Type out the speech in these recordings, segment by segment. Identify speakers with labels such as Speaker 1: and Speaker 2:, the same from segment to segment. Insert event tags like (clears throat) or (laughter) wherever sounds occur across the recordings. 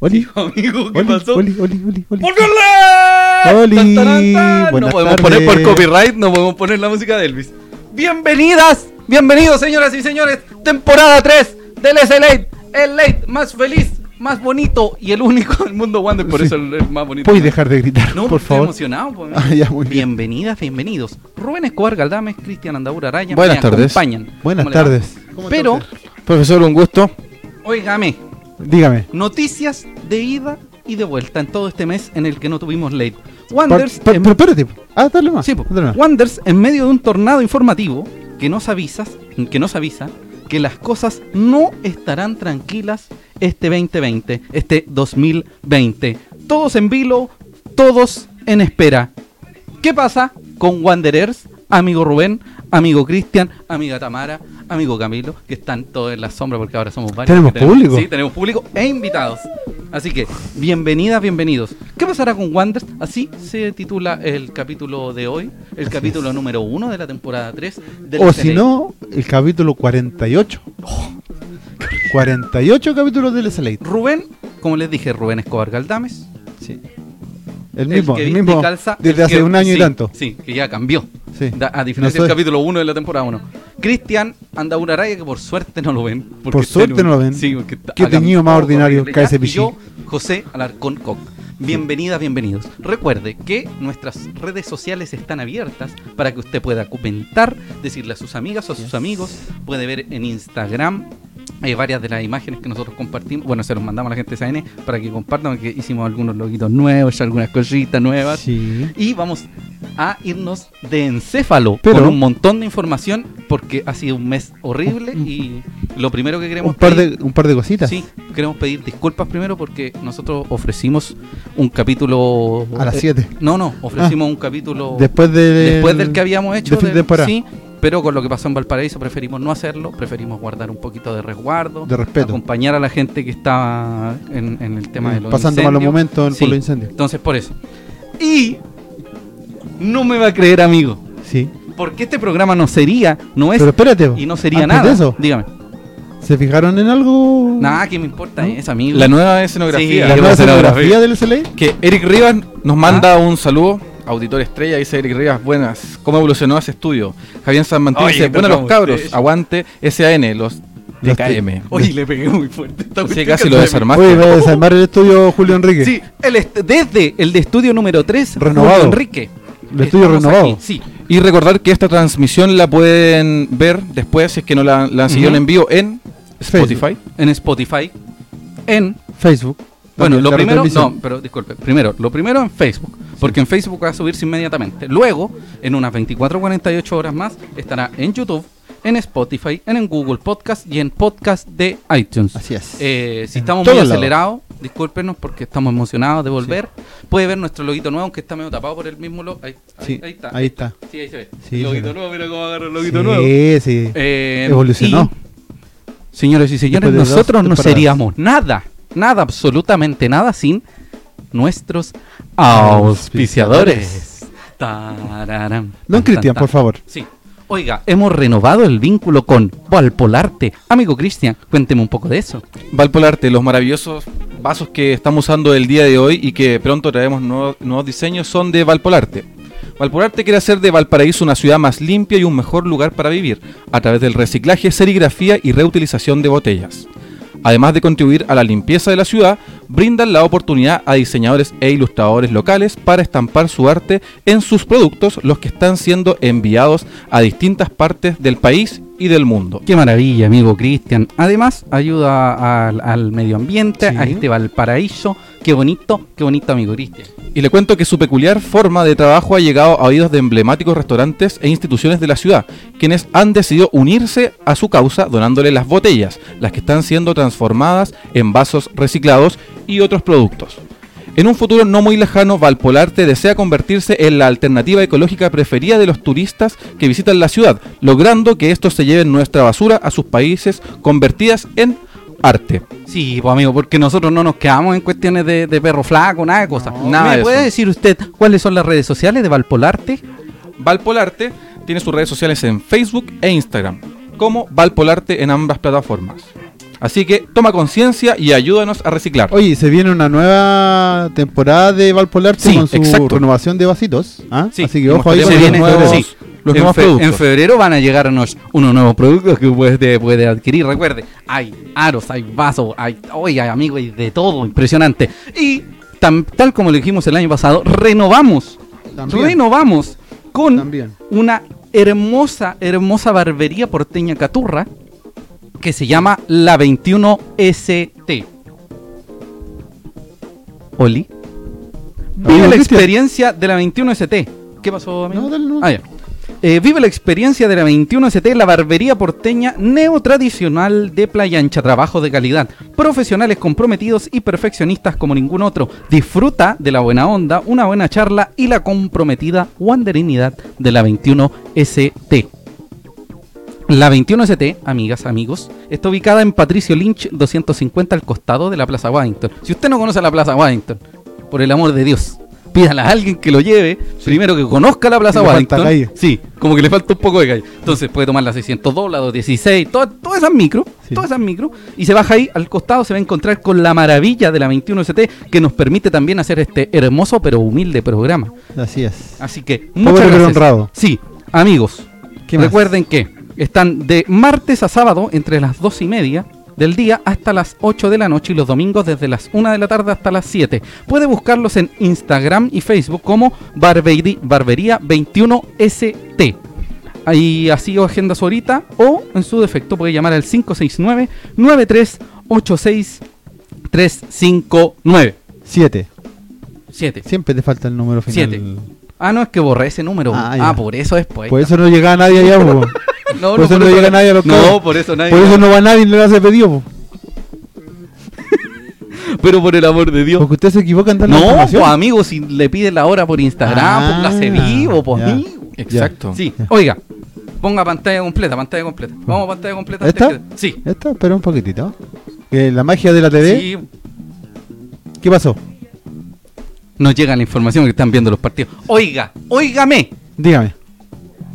Speaker 1: Oli,
Speaker 2: Amigo, ¿qué
Speaker 1: Oli,
Speaker 2: pasó?
Speaker 1: Oli, Oli, Oli, Oli.
Speaker 2: ¡Póngale!
Speaker 1: Oli,
Speaker 2: Tan, taran, tan. No
Speaker 1: buenas
Speaker 2: podemos poner por
Speaker 1: tardes.
Speaker 2: copyright, no podemos poner la música de Elvis. Bienvenidas, bienvenidos señoras y señores, temporada 3 del SLA, el late más feliz, más bonito y el único del mundo Wander, por
Speaker 1: Sí.
Speaker 2: eso el, el más bonito.
Speaker 1: ¿Puedes dejar de gritar,
Speaker 2: No,
Speaker 1: por
Speaker 2: estoy
Speaker 1: favor?
Speaker 2: emocionado. po,
Speaker 1: Ah, ya, muy bien.
Speaker 2: Bienvenidas, bienvenidos. Rubén Escobar Galdames, Cristian Andaura Araya,
Speaker 3: Buenas
Speaker 2: me
Speaker 3: tardes.
Speaker 2: acompañan.
Speaker 1: Buenas
Speaker 2: ¿Cómo le va?
Speaker 1: tardes.
Speaker 2: Pero,
Speaker 3: Profesor, un gusto.
Speaker 2: óigame,
Speaker 1: Dígame.
Speaker 2: noticias de ida y de vuelta en todo este mes en el que no tuvimos late.
Speaker 1: Pa-
Speaker 2: Wanderers
Speaker 1: pa-
Speaker 2: en-
Speaker 1: pero espérate. Ah, dale más.
Speaker 2: Sí, po.
Speaker 1: dale más.
Speaker 2: Wanders, en medio de un tornado informativo que nos avisas, que nos avisa que las cosas no estarán tranquilas este 2020, este 2020. Todos en vilo, todos en espera. ¿Qué pasa con Wanderers, amigo Rubén, amigo Cristian, amiga Tamara, amigo Camilo, que están todos en la sombra porque ahora somos varios?
Speaker 1: Tenemos
Speaker 2: que
Speaker 1: público.
Speaker 2: Sí, tenemos público e invitados. Así que, bienvenidas, bienvenidos. ¿Qué pasará con Wanderers? Así se titula el capítulo de hoy, el capítulo número uno de la temporada 3.
Speaker 1: O si no, el capítulo 48. 48 capítulos del SLA.
Speaker 2: Rubén, como les dije, Rubén Escobar Galdames. Sí.
Speaker 1: El mismo,
Speaker 2: que
Speaker 1: el,
Speaker 2: viste
Speaker 1: mismo.
Speaker 2: calza, el
Speaker 1: desde hace
Speaker 2: que-
Speaker 1: un año
Speaker 2: sí,
Speaker 1: y tanto.
Speaker 2: Sí, que ya cambió.
Speaker 1: Sí.
Speaker 2: Da- a diferencia
Speaker 1: No
Speaker 2: del
Speaker 1: soy-
Speaker 2: capítulo 1 de la temporada 1. Cristian anda una raya que por suerte no lo ven. porque
Speaker 1: Por
Speaker 2: está en
Speaker 1: suerte no lo ven.
Speaker 2: Sí, porque está-
Speaker 1: Qué
Speaker 2: ha cambiado
Speaker 1: teñido más ordinario
Speaker 2: horrible.
Speaker 1: que ese
Speaker 2: Y
Speaker 1: pichín.
Speaker 2: Yo, José Alarcón Coc. Bienvenidas, bienvenidos. Recuerde que nuestras redes sociales están abiertas para que usted pueda comentar, decirle a sus amigas o a sus amigos. Puede ver en Instagram hay varias de las imágenes que nosotros compartimos. Bueno, se los mandamos a la gente de SAN para que compartan, porque hicimos algunos loguitos nuevos, ya algunas cositas nuevas.
Speaker 1: Sí.
Speaker 2: Y vamos a irnos de encéfalo
Speaker 1: Pero-
Speaker 2: con un montón de información porque ha sido un mes horrible y lo primero que queremos
Speaker 1: Un par,
Speaker 2: pedir-
Speaker 1: de, un par de cositas.
Speaker 2: sí, queremos pedir disculpas primero porque nosotros ofrecimos un capítulo
Speaker 1: A las
Speaker 2: eh,
Speaker 1: 7.
Speaker 2: No, no, ofrecimos un capítulo
Speaker 1: Después del,
Speaker 2: después del que habíamos hecho
Speaker 1: de fin de
Speaker 2: del-
Speaker 1: temporada.
Speaker 2: sí, pero con lo que pasó en Valparaíso preferimos no hacerlo, preferimos guardar un poquito de resguardo,
Speaker 1: De respeto. Mm,
Speaker 2: acompañar a la gente que está en, en el tema de los
Speaker 1: Pasando malos
Speaker 2: incendios.
Speaker 1: momentos
Speaker 2: Sí.
Speaker 1: por los incendios.
Speaker 2: Entonces, por eso. Y no me va a creer, amigo.
Speaker 1: Sí.
Speaker 2: Porque este programa no sería, no es
Speaker 1: Pero espérate.
Speaker 2: Pues, y no sería
Speaker 1: antes de
Speaker 2: nada.
Speaker 1: eso.
Speaker 2: Dígame.
Speaker 1: ¿Se fijaron en algo?
Speaker 2: Nada, que me importa
Speaker 1: ¿No?
Speaker 2: es, amigo?
Speaker 3: La nueva
Speaker 2: Sí,
Speaker 3: escenografía.
Speaker 1: ¿La
Speaker 2: qué
Speaker 1: nueva Ah.
Speaker 2: buena
Speaker 1: escenografía del SLA?
Speaker 3: Que Eric Rivas nos manda un saludo. Auditor estrella, dice Eric Rivas, buenas. ¿Cómo evolucionó ese estudio? Javier San Martín
Speaker 2: Oye,
Speaker 3: dice,
Speaker 2: pero
Speaker 3: buenas los
Speaker 2: como
Speaker 3: cabros,
Speaker 2: ustedes.
Speaker 3: aguante SAN, los
Speaker 1: Los
Speaker 3: DKM.
Speaker 2: Oye, le pegué muy fuerte. Esta
Speaker 3: Sí,
Speaker 2: cuestión
Speaker 3: casi
Speaker 2: que
Speaker 3: lo
Speaker 2: se me-
Speaker 3: desarmaste.
Speaker 1: Oye, va a desarmar el estudio Julio Enrique.
Speaker 2: Sí, el est- desde el de estudio número 3,
Speaker 1: Renovado.
Speaker 2: Enrique.
Speaker 1: El estudio
Speaker 2: Estamos
Speaker 1: renovado.
Speaker 2: aquí, Sí,
Speaker 3: Y recordar que esta transmisión la pueden ver después, si es que no la, la han seguido
Speaker 2: Ujú.
Speaker 3: en vivo, en
Speaker 1: Facebook.
Speaker 3: Spotify.
Speaker 2: en Spotify, en
Speaker 1: Facebook.
Speaker 2: Bueno,
Speaker 1: También
Speaker 2: lo
Speaker 1: la
Speaker 2: primero, no,
Speaker 1: retransmisión.
Speaker 2: pero disculpe, primero, lo primero en Facebook, porque en Facebook va a subirse inmediatamente. Luego, en unas 24 48 horas más, estará en YouTube, en Spotify, en, en Google Podcast y en Podcast de iTunes.
Speaker 1: Así es.
Speaker 2: Eh, si
Speaker 1: En
Speaker 2: estamos muy
Speaker 1: todos lados.
Speaker 2: acelerados, discúlpenos porque estamos emocionados de volver. Puede ver nuestro loguito nuevo, aunque está medio tapado por el mismo logo. Ahí, ahí-
Speaker 1: Sí,
Speaker 2: ahí está.
Speaker 1: Ahí está.
Speaker 2: Sí, ahí se ve.
Speaker 1: Sí,
Speaker 2: El
Speaker 1: se
Speaker 2: loguito
Speaker 1: ve.
Speaker 2: nuevo, mira cómo agarra el loguito nuevo.
Speaker 1: Sí, sí.
Speaker 2: Eh,
Speaker 1: Evolucionó.
Speaker 2: y, señores y señores,
Speaker 1: Después de dos
Speaker 2: nosotros no
Speaker 1: temporadas.
Speaker 2: seríamos nada, nada, absolutamente nada sin nuestros auspiciadores. Tararán.
Speaker 1: Don
Speaker 2: Tan, tan,
Speaker 1: Cristian,
Speaker 2: tan.
Speaker 1: por favor.
Speaker 2: Sí. Oiga, hemos renovado el vínculo con Valpolarte. Amigo Cristian, cuénteme un poco de eso.
Speaker 3: Valpolarte, los maravillosos vasos que estamos usando el día de hoy y que pronto traemos nuevos, nuevos diseños son de Valpolarte. Valpolarte quiere hacer de Valparaíso una ciudad más limpia y un mejor lugar para vivir, a través del reciclaje, serigrafía y reutilización de botellas. Además de contribuir a la limpieza de la ciudad, brindan la oportunidad a diseñadores e ilustradores locales para estampar su arte en sus productos, los que están siendo enviados a distintas partes del país y del mundo.
Speaker 2: Qué maravilla, amigo Cristian. Además, ayuda al, al medio ambiente,
Speaker 1: Sí.
Speaker 2: a este Valparaíso. Qué bonito, qué bonito, amigo Cristian.
Speaker 3: Y le cuento que su peculiar forma de trabajo ha llegado a oídos de emblemáticos restaurantes e instituciones de la ciudad, quienes han decidido unirse a su causa donándole las botellas, las que están siendo transformadas en vasos reciclados y otros productos. En un futuro no muy lejano, Valpolarte desea convertirse en la alternativa ecológica preferida de los turistas que visitan la ciudad, logrando que estos se lleven nuestra basura a sus países convertidas en arte.
Speaker 2: Sí, pues amigo, porque nosotros no nos quedamos en cuestiones de, de perro flaco, nada de cosas.
Speaker 3: No, nada
Speaker 2: ¿Me
Speaker 3: de eso.
Speaker 2: puede decir usted cuáles son las redes sociales de Valpolarte?
Speaker 3: Valpolarte tiene sus redes sociales en Facebook e Instagram, como Valpolarte en ambas plataformas. Así que toma conciencia y ayúdanos a reciclar.
Speaker 1: Oye, se viene una nueva temporada de Valpolarte
Speaker 3: Sí,
Speaker 1: con su
Speaker 3: exacto.
Speaker 1: renovación de vasitos. ¿ah?
Speaker 3: Sí,
Speaker 1: Así que ojo ahí
Speaker 3: mostraremos
Speaker 1: con
Speaker 2: Se
Speaker 1: los
Speaker 2: viene-
Speaker 1: nuevos-
Speaker 2: sí.
Speaker 3: los
Speaker 2: en,
Speaker 3: nuevos
Speaker 2: fe-
Speaker 3: productos.
Speaker 2: en febrero van a llegarnos unos nuevos productos que puede, puede adquirir. Recuerde, hay aros, hay vasos, hay, oiga, amigo, hay de todo, impresionante. Y tam- tal como lo dijimos el año pasado, renovamos,
Speaker 1: También.
Speaker 2: renovamos con
Speaker 1: También.
Speaker 2: una hermosa, hermosa barbería porteña caturra que se llama La 21ST. Oli. Vive
Speaker 1: Amigo
Speaker 2: la
Speaker 1: Cristian.
Speaker 2: experiencia de la 21ST. ¿Qué pasó, amigo?
Speaker 1: No, dale, no.
Speaker 2: Ah, ya. Eh, vive la experiencia de la 21ST, la barbería porteña neotradicional de Playa Ancha. Trabajo de calidad, profesionales comprometidos y perfeccionistas como ningún otro. Disfruta de la buena onda, una buena charla y la comprometida wanderinidad de la 21ST. La 21ST, amigas, amigos, está ubicada en Patricio Lynch 250 al costado de la Plaza Waddington. Si usted no conoce la Plaza Waddington, por el amor de Dios, pídala a alguien que lo lleve, primero que conozca la Plaza
Speaker 1: Le falta
Speaker 2: Waddington.
Speaker 1: calle.
Speaker 2: Sí, como que le falta un poco de calle. Entonces puede tomar la 602, la 216, toda- todas esas micro,
Speaker 1: Sí.
Speaker 2: todas esas micro, y se baja ahí al costado, se va a encontrar con la maravilla de la 21ST que nos permite también hacer este hermoso pero humilde programa.
Speaker 1: Así es.
Speaker 2: Así que
Speaker 1: Pobre
Speaker 2: muchas
Speaker 1: pero
Speaker 2: gracias.
Speaker 1: honrado.
Speaker 2: Sí, amigos,
Speaker 1: ¿Qué más?
Speaker 2: recuerden que están de martes a sábado entre las dos y media del día hasta las 8 de la noche y los domingos desde las 1 de la tarde hasta las 7. Puede buscarlos en Instagram y Facebook como Barberi- Barbería 21ST. Ahí así o agenda su horita o en su defecto puede llamar al 569 9386 359
Speaker 1: Siete.
Speaker 2: 7.
Speaker 1: Siempre te falta el número final.
Speaker 2: Siete. Ah, no, es que borré ese número.
Speaker 1: Ah,
Speaker 2: Ah,
Speaker 1: ya.
Speaker 2: por eso después.
Speaker 1: Por eso no llega nadie
Speaker 2: (laughs)
Speaker 1: allá, po. Por
Speaker 2: No,
Speaker 1: por eso no
Speaker 2: por
Speaker 1: llega nadie a los cabros.
Speaker 2: No, por eso nadie.
Speaker 1: eso no va nadie y no le hace pedido, po.
Speaker 2: Pero por el amor de Dios.
Speaker 1: Porque ustedes se equivocan dando
Speaker 2: No, pues
Speaker 1: información.
Speaker 2: amigo, si le piden la hora por Instagram,
Speaker 1: Ah,
Speaker 2: póngase vivo, pues
Speaker 1: ya.
Speaker 2: amigo.
Speaker 3: Exacto.
Speaker 2: Sí, oiga, ponga pantalla completa, pantalla completa. Vamos a pantalla completa.
Speaker 1: ¿Esta?
Speaker 2: antes que- Sí.
Speaker 1: Esta, espera un poquitito. Eh, la magia de la TV.
Speaker 2: Sí,
Speaker 1: ¿Qué pasó?
Speaker 2: nos llega la información que están viendo los partidos. Oiga, óigame,
Speaker 1: Dígame.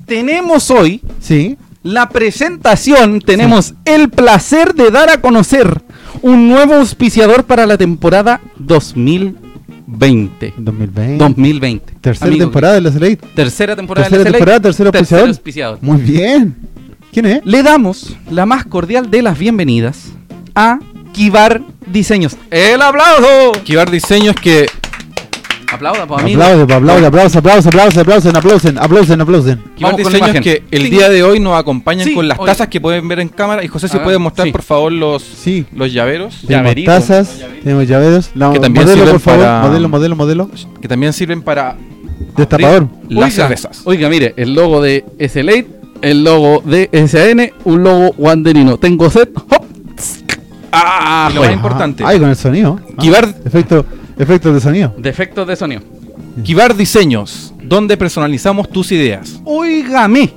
Speaker 2: tenemos hoy
Speaker 1: Sí.
Speaker 2: La presentación tenemos el placer de dar a conocer un nuevo auspiciador para la temporada 2020.
Speaker 1: 2020.
Speaker 2: 2020.
Speaker 1: Tercera
Speaker 2: Amigo,
Speaker 1: temporada de la Select.
Speaker 2: Tercera temporada.
Speaker 1: Tercera
Speaker 2: de la
Speaker 1: temporada,
Speaker 2: SLA,
Speaker 1: tercer auspiciador.
Speaker 2: auspiciador.
Speaker 1: Muy bien. ¿Quién es?
Speaker 2: Le damos la más cordial de las bienvenidas a Kibar Diseños. El aplauso.
Speaker 3: Esquivar diseños que
Speaker 2: Aplauda, pues, amigo.
Speaker 1: Aplausos, aplausos, aplausos, aplausos, aplausos, aplausos, aplausen, aplausen, aplausen.
Speaker 3: Kibar
Speaker 2: Vamos con la
Speaker 3: Diseños
Speaker 2: imagen.
Speaker 3: que el
Speaker 2: Sí.
Speaker 3: día de hoy nos acompañan
Speaker 2: Sí,
Speaker 3: con las
Speaker 2: oye.
Speaker 3: tazas que pueden ver en cámara. Y José, si
Speaker 2: Ah,
Speaker 3: puede mostrar
Speaker 2: sí.
Speaker 3: por favor los,
Speaker 1: Sí.
Speaker 3: los llaveros.
Speaker 1: Tenemos
Speaker 2: Llaverito.
Speaker 1: tazas, tenemos llaveros. La-
Speaker 3: Que también
Speaker 1: modelo,
Speaker 3: sirven
Speaker 1: por favor.
Speaker 3: para-
Speaker 1: Modelo, modelo, modelo.
Speaker 3: Que también sirven para
Speaker 1: Destapador.
Speaker 3: las
Speaker 2: Oiga,
Speaker 3: cervezas.
Speaker 2: Oiga, mire, el logo de SLA, el logo de SAN, un logo wanderino. Tengo set. ¡Hop!
Speaker 3: Ah, lo
Speaker 1: Ajá.
Speaker 3: más importante.
Speaker 1: Ay, con el sonido. Ah,
Speaker 3: Kibar-
Speaker 1: Efecto, efectos de sonido.
Speaker 2: Defectos de sonido.
Speaker 3: Kibar Diseños, donde personalizamos tus ideas.
Speaker 2: Óigame.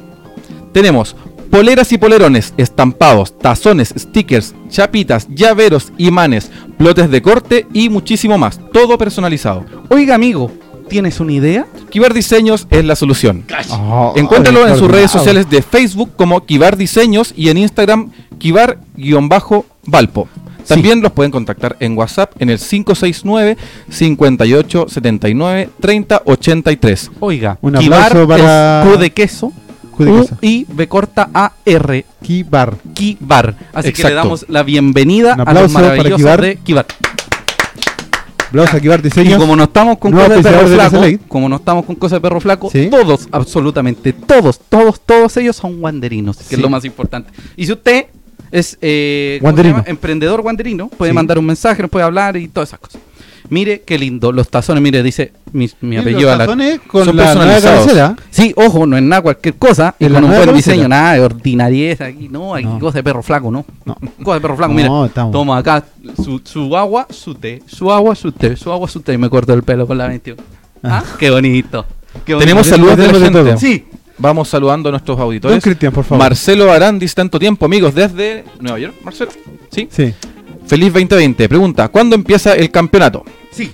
Speaker 3: Tenemos poleras y polerones, estampados, tazones, stickers, chapitas, llaveros, imanes, plotes de corte y muchísimo más. Todo personalizado.
Speaker 2: Oiga, amigo, ¿tienes una idea?
Speaker 3: Kibar Diseños es la solución.
Speaker 1: Ah,
Speaker 3: Encuéntralo en sus
Speaker 1: descargado.
Speaker 3: redes sociales de Facebook como Kibar Diseños y en Instagram Kibar-Valpo. También los pueden contactar en WhatsApp en el 569 58 79 30 83.
Speaker 2: Oiga,
Speaker 1: Un aplauso para-
Speaker 2: es Q de queso,
Speaker 1: Q de queso.
Speaker 2: U I B corta A R
Speaker 1: Kibar.
Speaker 2: Kibar. Así que le
Speaker 3: Exacto.
Speaker 2: damos la bienvenida
Speaker 1: Un
Speaker 2: a los
Speaker 1: aplauso para
Speaker 2: maravillosos
Speaker 1: Kibar.
Speaker 2: de Kibar.
Speaker 1: Aplausos a Kibar
Speaker 2: Y
Speaker 1: Diseños.
Speaker 2: como no estamos con
Speaker 1: Nuevo
Speaker 2: cosas de perro
Speaker 1: auspiciador de la
Speaker 2: flaco,
Speaker 1: Select.
Speaker 2: como no estamos con cosas de perro flaco,
Speaker 1: Sí.
Speaker 2: todos, absolutamente todos, todos, todos ellos son wanderinos, que
Speaker 1: Sí.
Speaker 2: es lo más importante. Y si usted es eh, ¿cómo se
Speaker 1: Wanderino.
Speaker 2: llama? emprendedor wanderino, puede
Speaker 1: Sí.
Speaker 2: mandar un mensaje, nos puede hablar y todas esas cosas. Mire qué lindo, los tazones, mire, dice mi, mi
Speaker 1: Y
Speaker 2: apellido a
Speaker 1: los
Speaker 2: la-
Speaker 1: tazones con
Speaker 3: son
Speaker 1: la nueva
Speaker 3: personalizados.
Speaker 1: cabecera.
Speaker 2: Sí, ojo, no es nada cualquier cosa, y
Speaker 1: Es la
Speaker 2: con un
Speaker 1: nueva
Speaker 2: buen
Speaker 1: cabecera.
Speaker 2: diseño, nada de ordinariedad aquí, no, hay
Speaker 1: No.
Speaker 2: cosas de perro flaco, no.
Speaker 1: No.
Speaker 2: Cosa de perro flaco,
Speaker 1: No,
Speaker 2: mira.
Speaker 1: estamos-
Speaker 2: Toma acá su, su agua, su té, su agua, su té, su agua, su té, y me corto el pelo con la 21. Ah, qué bonito. Qué bonito.
Speaker 3: Tenemos
Speaker 1: Tenemos
Speaker 3: saludos de la
Speaker 1: de
Speaker 3: gente.
Speaker 1: todo.
Speaker 2: Sí,
Speaker 3: Vamos saludando a nuestros
Speaker 1: Don
Speaker 3: auditores.
Speaker 1: Cristian, por favor.
Speaker 3: Marcelo Arandis, tanto tiempo, amigos, desde Nueva York. Marcelo, ¿sí?
Speaker 1: Sí.
Speaker 3: Feliz 2020. Pregunta, ¿cuándo empieza el campeonato?
Speaker 2: sí.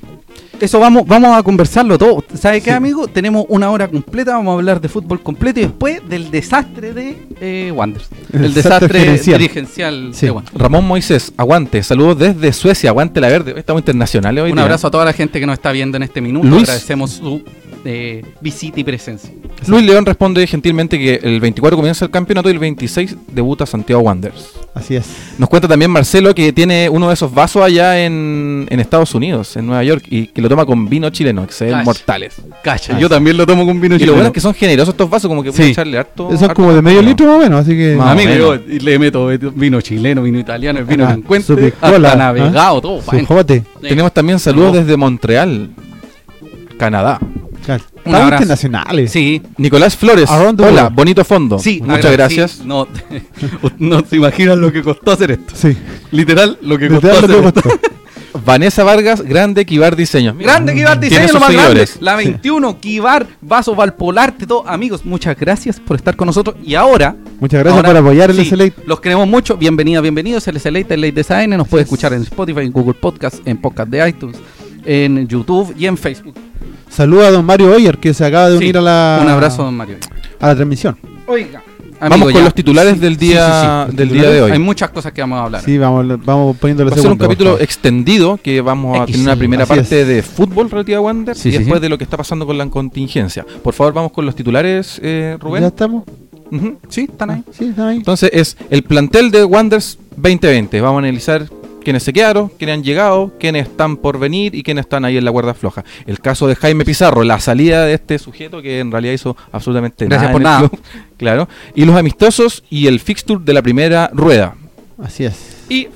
Speaker 2: Eso vamos, vamos a conversarlo todo. ¿Sabe qué,
Speaker 3: Sí.
Speaker 2: amigo? Tenemos una hora completa, vamos a hablar de fútbol completo y después del desastre de eh, Wanderers.
Speaker 1: El
Speaker 2: El
Speaker 1: desastre
Speaker 2: desastre
Speaker 1: gerencial.
Speaker 2: dirigencial
Speaker 1: Sí.
Speaker 2: de Wanderers.
Speaker 3: Ramón Moisés, aguante. Saludos desde Suecia, aguante la verde. Estamos internacionales hoy.
Speaker 2: Un
Speaker 3: día.
Speaker 2: abrazo a toda la gente que nos está viendo en este minuto.
Speaker 3: Luis.
Speaker 2: Agradecemos su eh, visita y presencia.
Speaker 3: Luis León responde gentilmente que el 24 comienza el campeonato y el 26 debuta Santiago Wanderers.
Speaker 1: Así es.
Speaker 3: Nos cuenta también Marcelo que tiene uno de esos vasos allá en, en Estados Unidos, en Nueva York, y que lo toma con vino chileno, que se ven
Speaker 2: Ay.
Speaker 3: mortales.
Speaker 2: Cacha.
Speaker 1: Ah,
Speaker 2: Yo
Speaker 1: sí.
Speaker 2: también lo tomo con vino
Speaker 3: Y lo
Speaker 2: chileno.
Speaker 3: bueno es que son generosos estos vasos, como que
Speaker 2: Sí.
Speaker 3: pueden echarle harto.
Speaker 1: Son
Speaker 3: harto
Speaker 1: como de medio
Speaker 3: vino.
Speaker 1: litro más o menos, así que.
Speaker 3: Más
Speaker 2: Amigo,
Speaker 3: o
Speaker 2: yo le meto vino chileno, vino italiano, el vino
Speaker 1: Ah,
Speaker 2: que encuentre,
Speaker 1: su piscola,
Speaker 2: hasta
Speaker 1: ¿ah?
Speaker 2: navegado, todo. pa'
Speaker 1: Su
Speaker 2: dentro.
Speaker 1: jote.
Speaker 2: Sí.
Speaker 3: Tenemos también saludos
Speaker 2: Saludos.
Speaker 3: desde Montreal, Canadá.
Speaker 1: Claro.
Speaker 2: Un
Speaker 1: Estamos
Speaker 2: abrazo.
Speaker 1: internacionales.
Speaker 2: Sí,
Speaker 3: Nicolás Flores,
Speaker 1: Around the
Speaker 3: hola,
Speaker 1: world.
Speaker 3: bonito fondo.
Speaker 2: sí.
Speaker 3: muchas
Speaker 2: agra-
Speaker 3: gracias.
Speaker 2: sí, no, (laughs) no se imaginan lo que costó hacer esto.
Speaker 1: Sí.
Speaker 2: Literal, lo que costó
Speaker 1: Desde ahora
Speaker 2: hacer
Speaker 1: lo
Speaker 2: esto.
Speaker 1: costó.
Speaker 3: Vanessa Vargas, grande Kibar Diseño. Mira,
Speaker 2: Grande Kibar
Speaker 3: Tiene
Speaker 2: Diseño,
Speaker 3: sus
Speaker 2: lo más grande.
Speaker 3: seguidores.
Speaker 2: La 21, Kibar, Vaso Valpolarte, todo. Amigos, muchas gracias por estar con nosotros. Y ahora.
Speaker 1: Muchas gracias
Speaker 2: ahora,
Speaker 1: por apoyar el
Speaker 2: sí,
Speaker 1: Select.
Speaker 2: Los queremos mucho. Bienvenida, bienvenidos. El Select, el Late Design. Nos puede escuchar en Spotify, en Google Podcast, en Podcast de iTunes, en YouTube y en Facebook.
Speaker 1: Saluda a don Mario Hoyer que se acaba de
Speaker 2: Sí,
Speaker 1: unir a la.
Speaker 2: Un abrazo, don Mario.
Speaker 1: A la transmisión.
Speaker 2: Oiga,
Speaker 3: Vamos con los titulares del día
Speaker 1: sí, sí.
Speaker 3: del día de hoy.
Speaker 2: Hay muchas cosas que vamos a hablar.
Speaker 1: Sí, vamos, vamos poniendo la
Speaker 3: Va a ser un
Speaker 1: segunda, por
Speaker 3: capítulo
Speaker 1: favor.
Speaker 3: extendido que vamos a
Speaker 2: X,
Speaker 3: tener una
Speaker 2: sí,
Speaker 3: primera
Speaker 1: así
Speaker 3: parte
Speaker 1: es.
Speaker 3: de fútbol relativa a Wander
Speaker 2: Sí,
Speaker 3: y
Speaker 2: sí,
Speaker 3: después
Speaker 2: sí.
Speaker 3: de lo que está pasando con la contingencia. Por favor, vamos con los titulares, eh, Rubén.
Speaker 1: ¿Ya estamos? Ah,
Speaker 3: Ujú.
Speaker 2: Sí, están ahí.
Speaker 1: Sí, están ahí.
Speaker 3: Entonces es el plantel de Wanderers 2020. Vamos a analizar quiénes se quedaron, quiénes han llegado, quiénes están por venir y quiénes están ahí en la cuerda floja. El caso de Jaime Pizarro, la salida de este sujeto que en realidad hizo absolutamente
Speaker 2: Gracias por
Speaker 3: nada. en el
Speaker 2: nada.
Speaker 3: club. claro. Y los amistosos y el fixture de la primera rueda.
Speaker 1: Así es.
Speaker 3: Y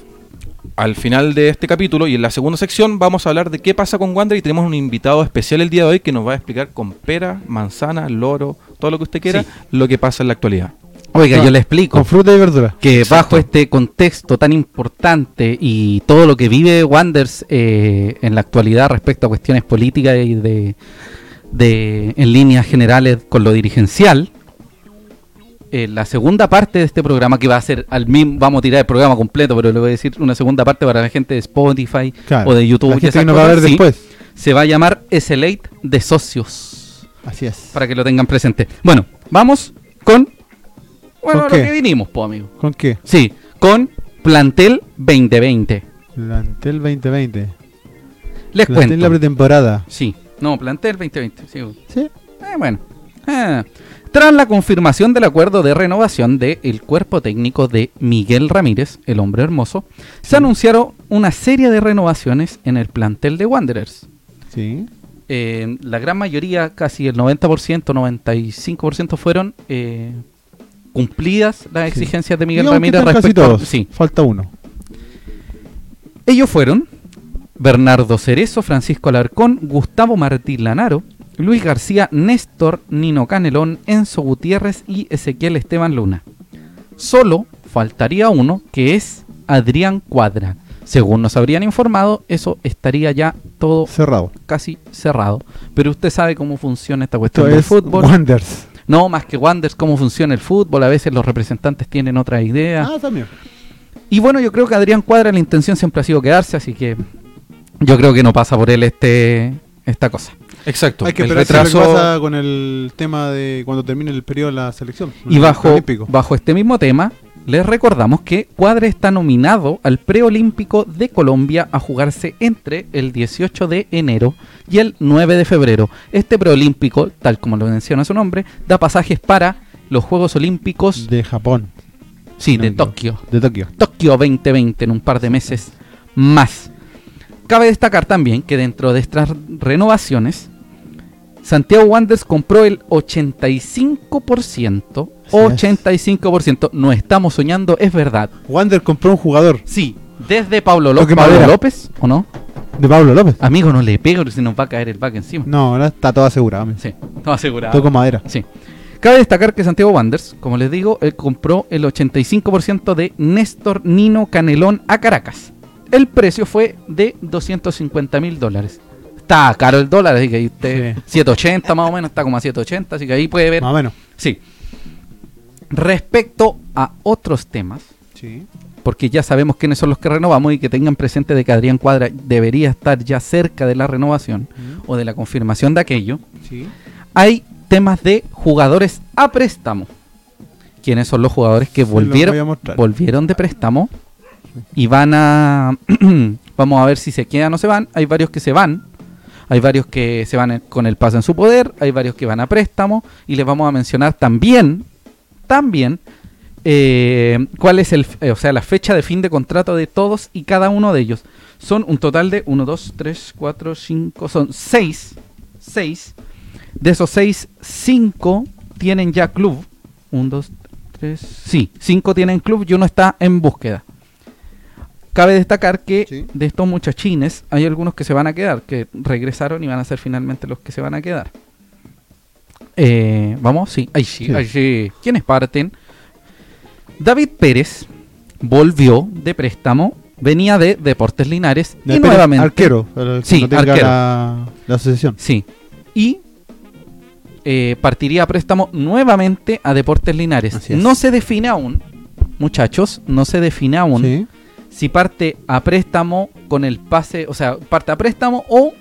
Speaker 3: al final de este capítulo y en la segunda sección vamos a hablar de qué pasa con Wander y tenemos un invitado especial el día de hoy que nos va a explicar con pera, manzana, loro, todo lo que usted quiera,
Speaker 2: Sí.
Speaker 3: lo que pasa en la actualidad.
Speaker 2: Oiga,
Speaker 1: No,
Speaker 2: yo le explico.
Speaker 1: Con fruta y verdura.
Speaker 2: que
Speaker 3: Exacto.
Speaker 2: bajo este contexto tan importante y todo lo que vive Wanders eh, en la actualidad respecto a cuestiones políticas y de, de- en líneas generales con lo dirigencial, eh, la segunda parte de este programa que va a ser al mismo, vamos a tirar el programa completo, pero le voy a decir una segunda parte para la gente de Spotify
Speaker 1: Claro.
Speaker 2: o de YouTube.
Speaker 1: La
Speaker 2: y
Speaker 1: gente
Speaker 2: esas
Speaker 1: que nos va a
Speaker 2: cosas,
Speaker 1: ver
Speaker 2: sí,
Speaker 1: después.
Speaker 2: Se va a llamar Slate de socios
Speaker 1: Así es.
Speaker 2: para que lo tengan presente. Bueno, vamos con bueno,
Speaker 1: ¿Con
Speaker 2: lo
Speaker 1: qué?
Speaker 2: que vinimos, po, amigo.
Speaker 1: ¿Con qué?
Speaker 2: Sí, con Plantel 2020.
Speaker 1: Plantel 2020.
Speaker 2: Les
Speaker 1: Plantel
Speaker 2: cuento.
Speaker 1: la pretemporada.
Speaker 2: Sí, no, Plantel 2020. sí.
Speaker 1: ¿Sí?
Speaker 2: Eh, bueno. Ah. Tras la confirmación del acuerdo de renovación del cuerpo técnico de Miguel Ramírez, el hombre hermoso, se anunciaron una serie de renovaciones en el plantel de Wanderers.
Speaker 1: Sí.
Speaker 2: Eh, la gran mayoría, casi el 90%, 95% fueron eh, cumplidas las
Speaker 1: Sí.
Speaker 2: exigencias de Miguel
Speaker 1: Digamos que
Speaker 2: Ramírez
Speaker 1: están casi
Speaker 2: respecto a-
Speaker 1: todos.
Speaker 2: Sí,
Speaker 1: Falta uno.
Speaker 2: Ellos fueron Bernardo Cerezo, Francisco Alarcón, Gustavo Martín Lanaro, Luis García, Néstor, Nino Canelón, Enzo Gutiérrez y Ezequiel Esteban Luna. Solo faltaría uno, que es Adrián Cuadra. Según nos habrían informado, eso estaría ya todo
Speaker 1: Cerrado.
Speaker 2: casi cerrado. Pero usted sabe cómo funciona esta
Speaker 1: Esto
Speaker 2: cuestión del
Speaker 1: es
Speaker 2: fútbol.
Speaker 1: Wonders.
Speaker 2: No, más que Wanders, cómo funciona el fútbol. A veces los representantes tienen otra idea.
Speaker 1: Ah, también.
Speaker 2: Y bueno, yo creo que Adrián Cuadra la intención siempre ha sido quedarse, así que yo creo que no pasa por él este esta cosa.
Speaker 3: Exacto.
Speaker 1: Hay que
Speaker 3: el
Speaker 1: esperar si
Speaker 3: retraso
Speaker 1: lo que pasa con el tema de cuando termine el periodo de la selección.
Speaker 2: Y
Speaker 1: el
Speaker 2: bajo,
Speaker 1: Olímpico.
Speaker 2: bajo este mismo tema, les recordamos que Cuadra está nominado al preolímpico de Colombia a jugarse entre el 18 de enero y el 9 de febrero. Este preolímpico, tal como lo menciona su nombre, da pasajes para los Juegos Olímpicos
Speaker 1: De Japón.
Speaker 2: sí, de
Speaker 1: no, no.
Speaker 2: Tokio.
Speaker 1: De Tokio.
Speaker 2: Tokio 2020 en un par de meses más. Cabe destacar también que dentro de estas renovaciones, Santiago Wanderers compró el 85%.
Speaker 1: es.
Speaker 2: 85%. No estamos soñando, es verdad.
Speaker 1: Wander compró un jugador
Speaker 2: Sí, desde Pablo,
Speaker 1: Lo
Speaker 2: López
Speaker 1: que
Speaker 2: Pablo
Speaker 1: madera.
Speaker 2: López, ¿o no?
Speaker 1: de Pablo López.
Speaker 2: Amigo, no le pego, si nos va a caer el back encima.
Speaker 1: No, ahora está todo asegurado. men.
Speaker 2: Sí, no asegurado.
Speaker 1: Todo con madera.
Speaker 2: Sí. Cabe destacar que Santiago Wanderers, como les digo, él compró el 85% de Néstor Nino Canelón a Caracas. El precio fue de 250 mil dólares. Está caro el dólar, así que ahí usted,
Speaker 1: Sí.
Speaker 2: 780 más o menos, está como a 780, así que ahí puede ver.
Speaker 1: Más o menos.
Speaker 2: Sí. Respecto a otros temas,
Speaker 1: Sí.
Speaker 2: porque ya sabemos quiénes son los que renovamos y que tengan presente de que Adrián Cuadra debería estar ya cerca de la renovación o de la confirmación de aquello, hay temas de jugadores a préstamo. ¿Quiénes son los jugadores que
Speaker 1: Se los
Speaker 2: volvieron,
Speaker 1: voy a mostrar.
Speaker 2: volvieron de préstamo y van a... (clears throat) vamos a ver si se quedan o se van. Hay varios que se van. Hay varios que se van en- con el paso en su poder, hay varios que van a préstamo y les vamos a mencionar también, también, eh, cuál es el, eh, o sea, la fecha de fin de contrato de todos y cada uno de ellos. Son un total de 1, 2, 3, 4, 5, son 6, 6. De esos 6, 5 tienen ya club. 1, 2, 3, sí, 5 tienen club y uno está en búsqueda. Cabe destacar que
Speaker 1: Sí.
Speaker 2: de estos muchachines hay algunos que se van a quedar, que regresaron y van a ser finalmente los que se van a quedar. Eh, Vamos, sí, ahí sí,
Speaker 1: Sí.
Speaker 2: ahí sí. ¿Quiénes parten? David Pérez volvió de préstamo, venía de Deportes Linares y
Speaker 1: Depende-
Speaker 2: nuevamente.
Speaker 1: Arquero, para el que
Speaker 2: Sí,
Speaker 1: no tenga
Speaker 2: arquero.
Speaker 1: La, la asociación.
Speaker 2: Sí. Y eh, partiría a préstamo nuevamente a Deportes Linares.
Speaker 1: Así es.
Speaker 2: No se define aún, muchachos, no se define aún
Speaker 1: Sí.
Speaker 2: si parte a préstamo con el pase, o sea, parte a préstamo o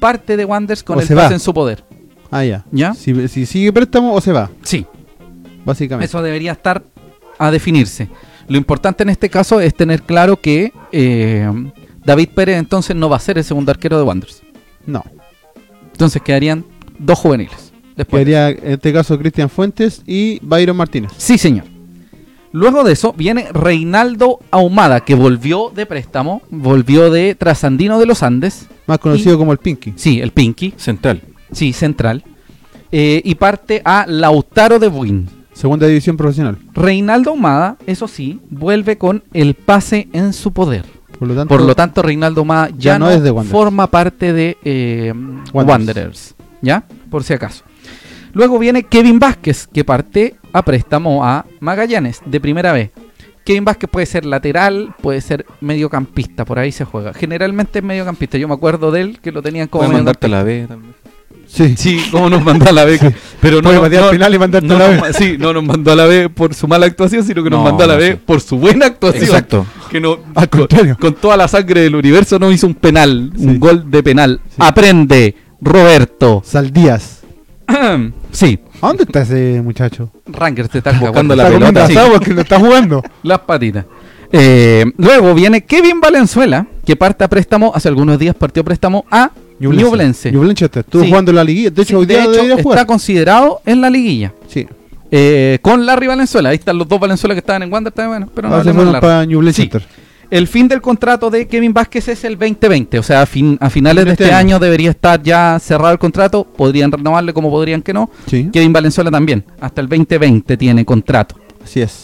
Speaker 2: parte de Wanders con
Speaker 1: O
Speaker 2: el
Speaker 1: se
Speaker 2: pase
Speaker 1: va.
Speaker 2: en su poder.
Speaker 1: Ah, ya.
Speaker 2: ¿Ya?
Speaker 1: Si, si sigue préstamo o se va,
Speaker 2: Sí.
Speaker 1: básicamente.
Speaker 2: Eso debería estar a definirse. Lo importante en este caso es tener claro que eh, David Pérez entonces no va a ser el segundo arquero de Wanderers.
Speaker 1: No.
Speaker 2: Entonces quedarían dos juveniles. Después.
Speaker 1: Quedaría en este caso Cristian Fuentes y Byron Martínez.
Speaker 2: Sí, señor. Luego de eso viene Reinaldo Ahumada, que volvió de préstamo, volvió de Trasandino de los Andes.
Speaker 1: Más conocido como el Pinky.
Speaker 2: Sí, el Pinky.
Speaker 3: Central.
Speaker 2: Sí, central. eh, y parte a Lautaro de Buin.
Speaker 1: Segunda división profesional.
Speaker 2: Reinaldo Ahumada, eso sí, vuelve con el pase en su poder.
Speaker 1: Por lo tanto,
Speaker 2: Por lo tanto, Reinaldo Ma ya, no,
Speaker 1: es de Wanderers.
Speaker 2: forma parte de eh, Wanderers.
Speaker 1: Wanderers.
Speaker 2: ¿Ya? Por si acaso. Luego viene Kevin Vázquez, que parte a préstamo a Magallanes de primera vez. Kevin Vázquez puede ser lateral, puede ser mediocampista, por ahí se juega. Generalmente es mediocampista, yo me acuerdo de él que lo tenían como
Speaker 3: Puede mandarte a
Speaker 2: mediocampista.
Speaker 3: la B también.
Speaker 1: sí.
Speaker 3: Sí, cómo nos mandó a la B. Pero no,
Speaker 1: Puede patear
Speaker 3: no-
Speaker 1: penal y mandarte
Speaker 3: no
Speaker 1: a la
Speaker 3: nos
Speaker 1: B.
Speaker 3: ma- sí, no nos mandó a la B por su mala actuación, sino que nos No, mandó a la B pues, sí. por su buena actuación. (laughs) Exacto.
Speaker 2: Que no,
Speaker 1: Al
Speaker 2: con,
Speaker 1: contrario.
Speaker 2: con toda la sangre del universo no hizo un penal, un
Speaker 1: Sí.
Speaker 2: gol de penal.
Speaker 1: Sí.
Speaker 2: Aprende, (clears throat) Roberto.
Speaker 1: Saldías.
Speaker 2: sí,
Speaker 1: ¿A dónde está ese muchacho?
Speaker 2: Rangers te están
Speaker 3: Buscando
Speaker 2: cagando
Speaker 3: la
Speaker 2: las-
Speaker 1: está
Speaker 3: pelota.
Speaker 1: comiendo
Speaker 2: sí,
Speaker 1: asado porque no está jugando.
Speaker 2: las patitas. Eh, luego viene Kevin Valenzuela, que parte a préstamo, hace algunos días partió a préstamo a Ñublense.
Speaker 1: Ñublense está. Estuvo
Speaker 2: Sí.
Speaker 1: jugando en la liguilla. De hecho,
Speaker 2: Sí,
Speaker 1: hoy día
Speaker 2: de hecho,
Speaker 1: debería
Speaker 2: está
Speaker 1: jugar.
Speaker 2: considerado en la liguilla.
Speaker 1: Sí.
Speaker 2: Eh, con Larry Valenzuela, ahí están los dos Valenzuela que estaban en Wander, está bueno, pero no
Speaker 1: Ah, se
Speaker 2: hablemos de
Speaker 1: fueron
Speaker 2: Larry.
Speaker 1: para Ñublense.
Speaker 2: Sí. El fin del contrato de Kevin Vázquez es el 2020, o sea, a, fin- a finales de
Speaker 1: Fin de
Speaker 2: este,
Speaker 1: este
Speaker 2: año. debería estar ya cerrado el contrato, podrían renovarle como podrían que no.
Speaker 1: Sí.
Speaker 2: Kevin Valenzuela también, hasta el 2020 tiene contrato.
Speaker 1: Así es.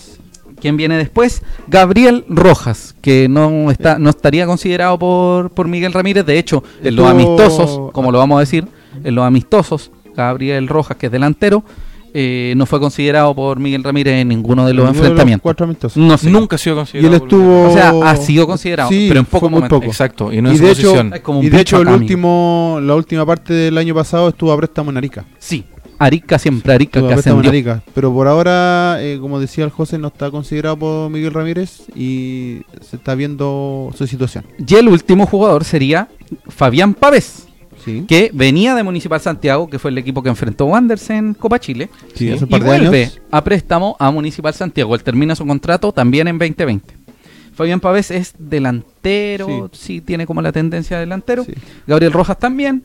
Speaker 2: ¿Quién viene después? Gabriel Rojas, que no está, no estaría considerado por, por Miguel Ramírez. De hecho, en los
Speaker 1: Estuvo-
Speaker 2: amistosos, como lo vamos a decir, en los amistosos, Gabriel Rojas, que es delantero, eh, no fue considerado por Miguel Ramírez en ninguno de los
Speaker 1: Ninguno
Speaker 2: enfrentamientos.
Speaker 1: cuatro amistosos.
Speaker 2: no sé.
Speaker 3: Nunca ha sido
Speaker 1: Y
Speaker 3: considerado.
Speaker 1: él estuvo.
Speaker 2: O sea, ha sido considerado,
Speaker 1: Sí,
Speaker 2: pero en
Speaker 1: fue
Speaker 2: poco
Speaker 1: muy
Speaker 2: momento.
Speaker 1: poco.
Speaker 3: Exacto, y no
Speaker 1: Y
Speaker 3: en su
Speaker 1: de hecho-
Speaker 3: posición.
Speaker 2: Es como un
Speaker 1: Y de
Speaker 2: bicho
Speaker 1: hecho, el
Speaker 2: acá, amigo.
Speaker 1: último, la última parte del año pasado estuvo a préstamo en Arica.
Speaker 2: Sí, Arica siempre, Arica
Speaker 1: Estuvo a
Speaker 2: que
Speaker 1: préstamo en
Speaker 2: ascendió.
Speaker 1: Arica. Pero por ahora, eh, como decía el José, no está considerado por Miguel Ramírez y se está viendo su situación.
Speaker 2: Y el último jugador sería Fabián Pavés,
Speaker 1: Sí.
Speaker 2: que venía de Municipal Santiago, que fue el equipo que enfrentó Wanderers en Copa Chile.
Speaker 1: Sí, hace un
Speaker 2: y
Speaker 1: par de
Speaker 2: vuelve
Speaker 1: años.
Speaker 2: a préstamo a Municipal Santiago. Él termina su contrato también en 2020. Fabián Pavés es delantero, sí. tiene como la tendencia de delantero.
Speaker 1: Sí.
Speaker 2: Gabriel Rojas también.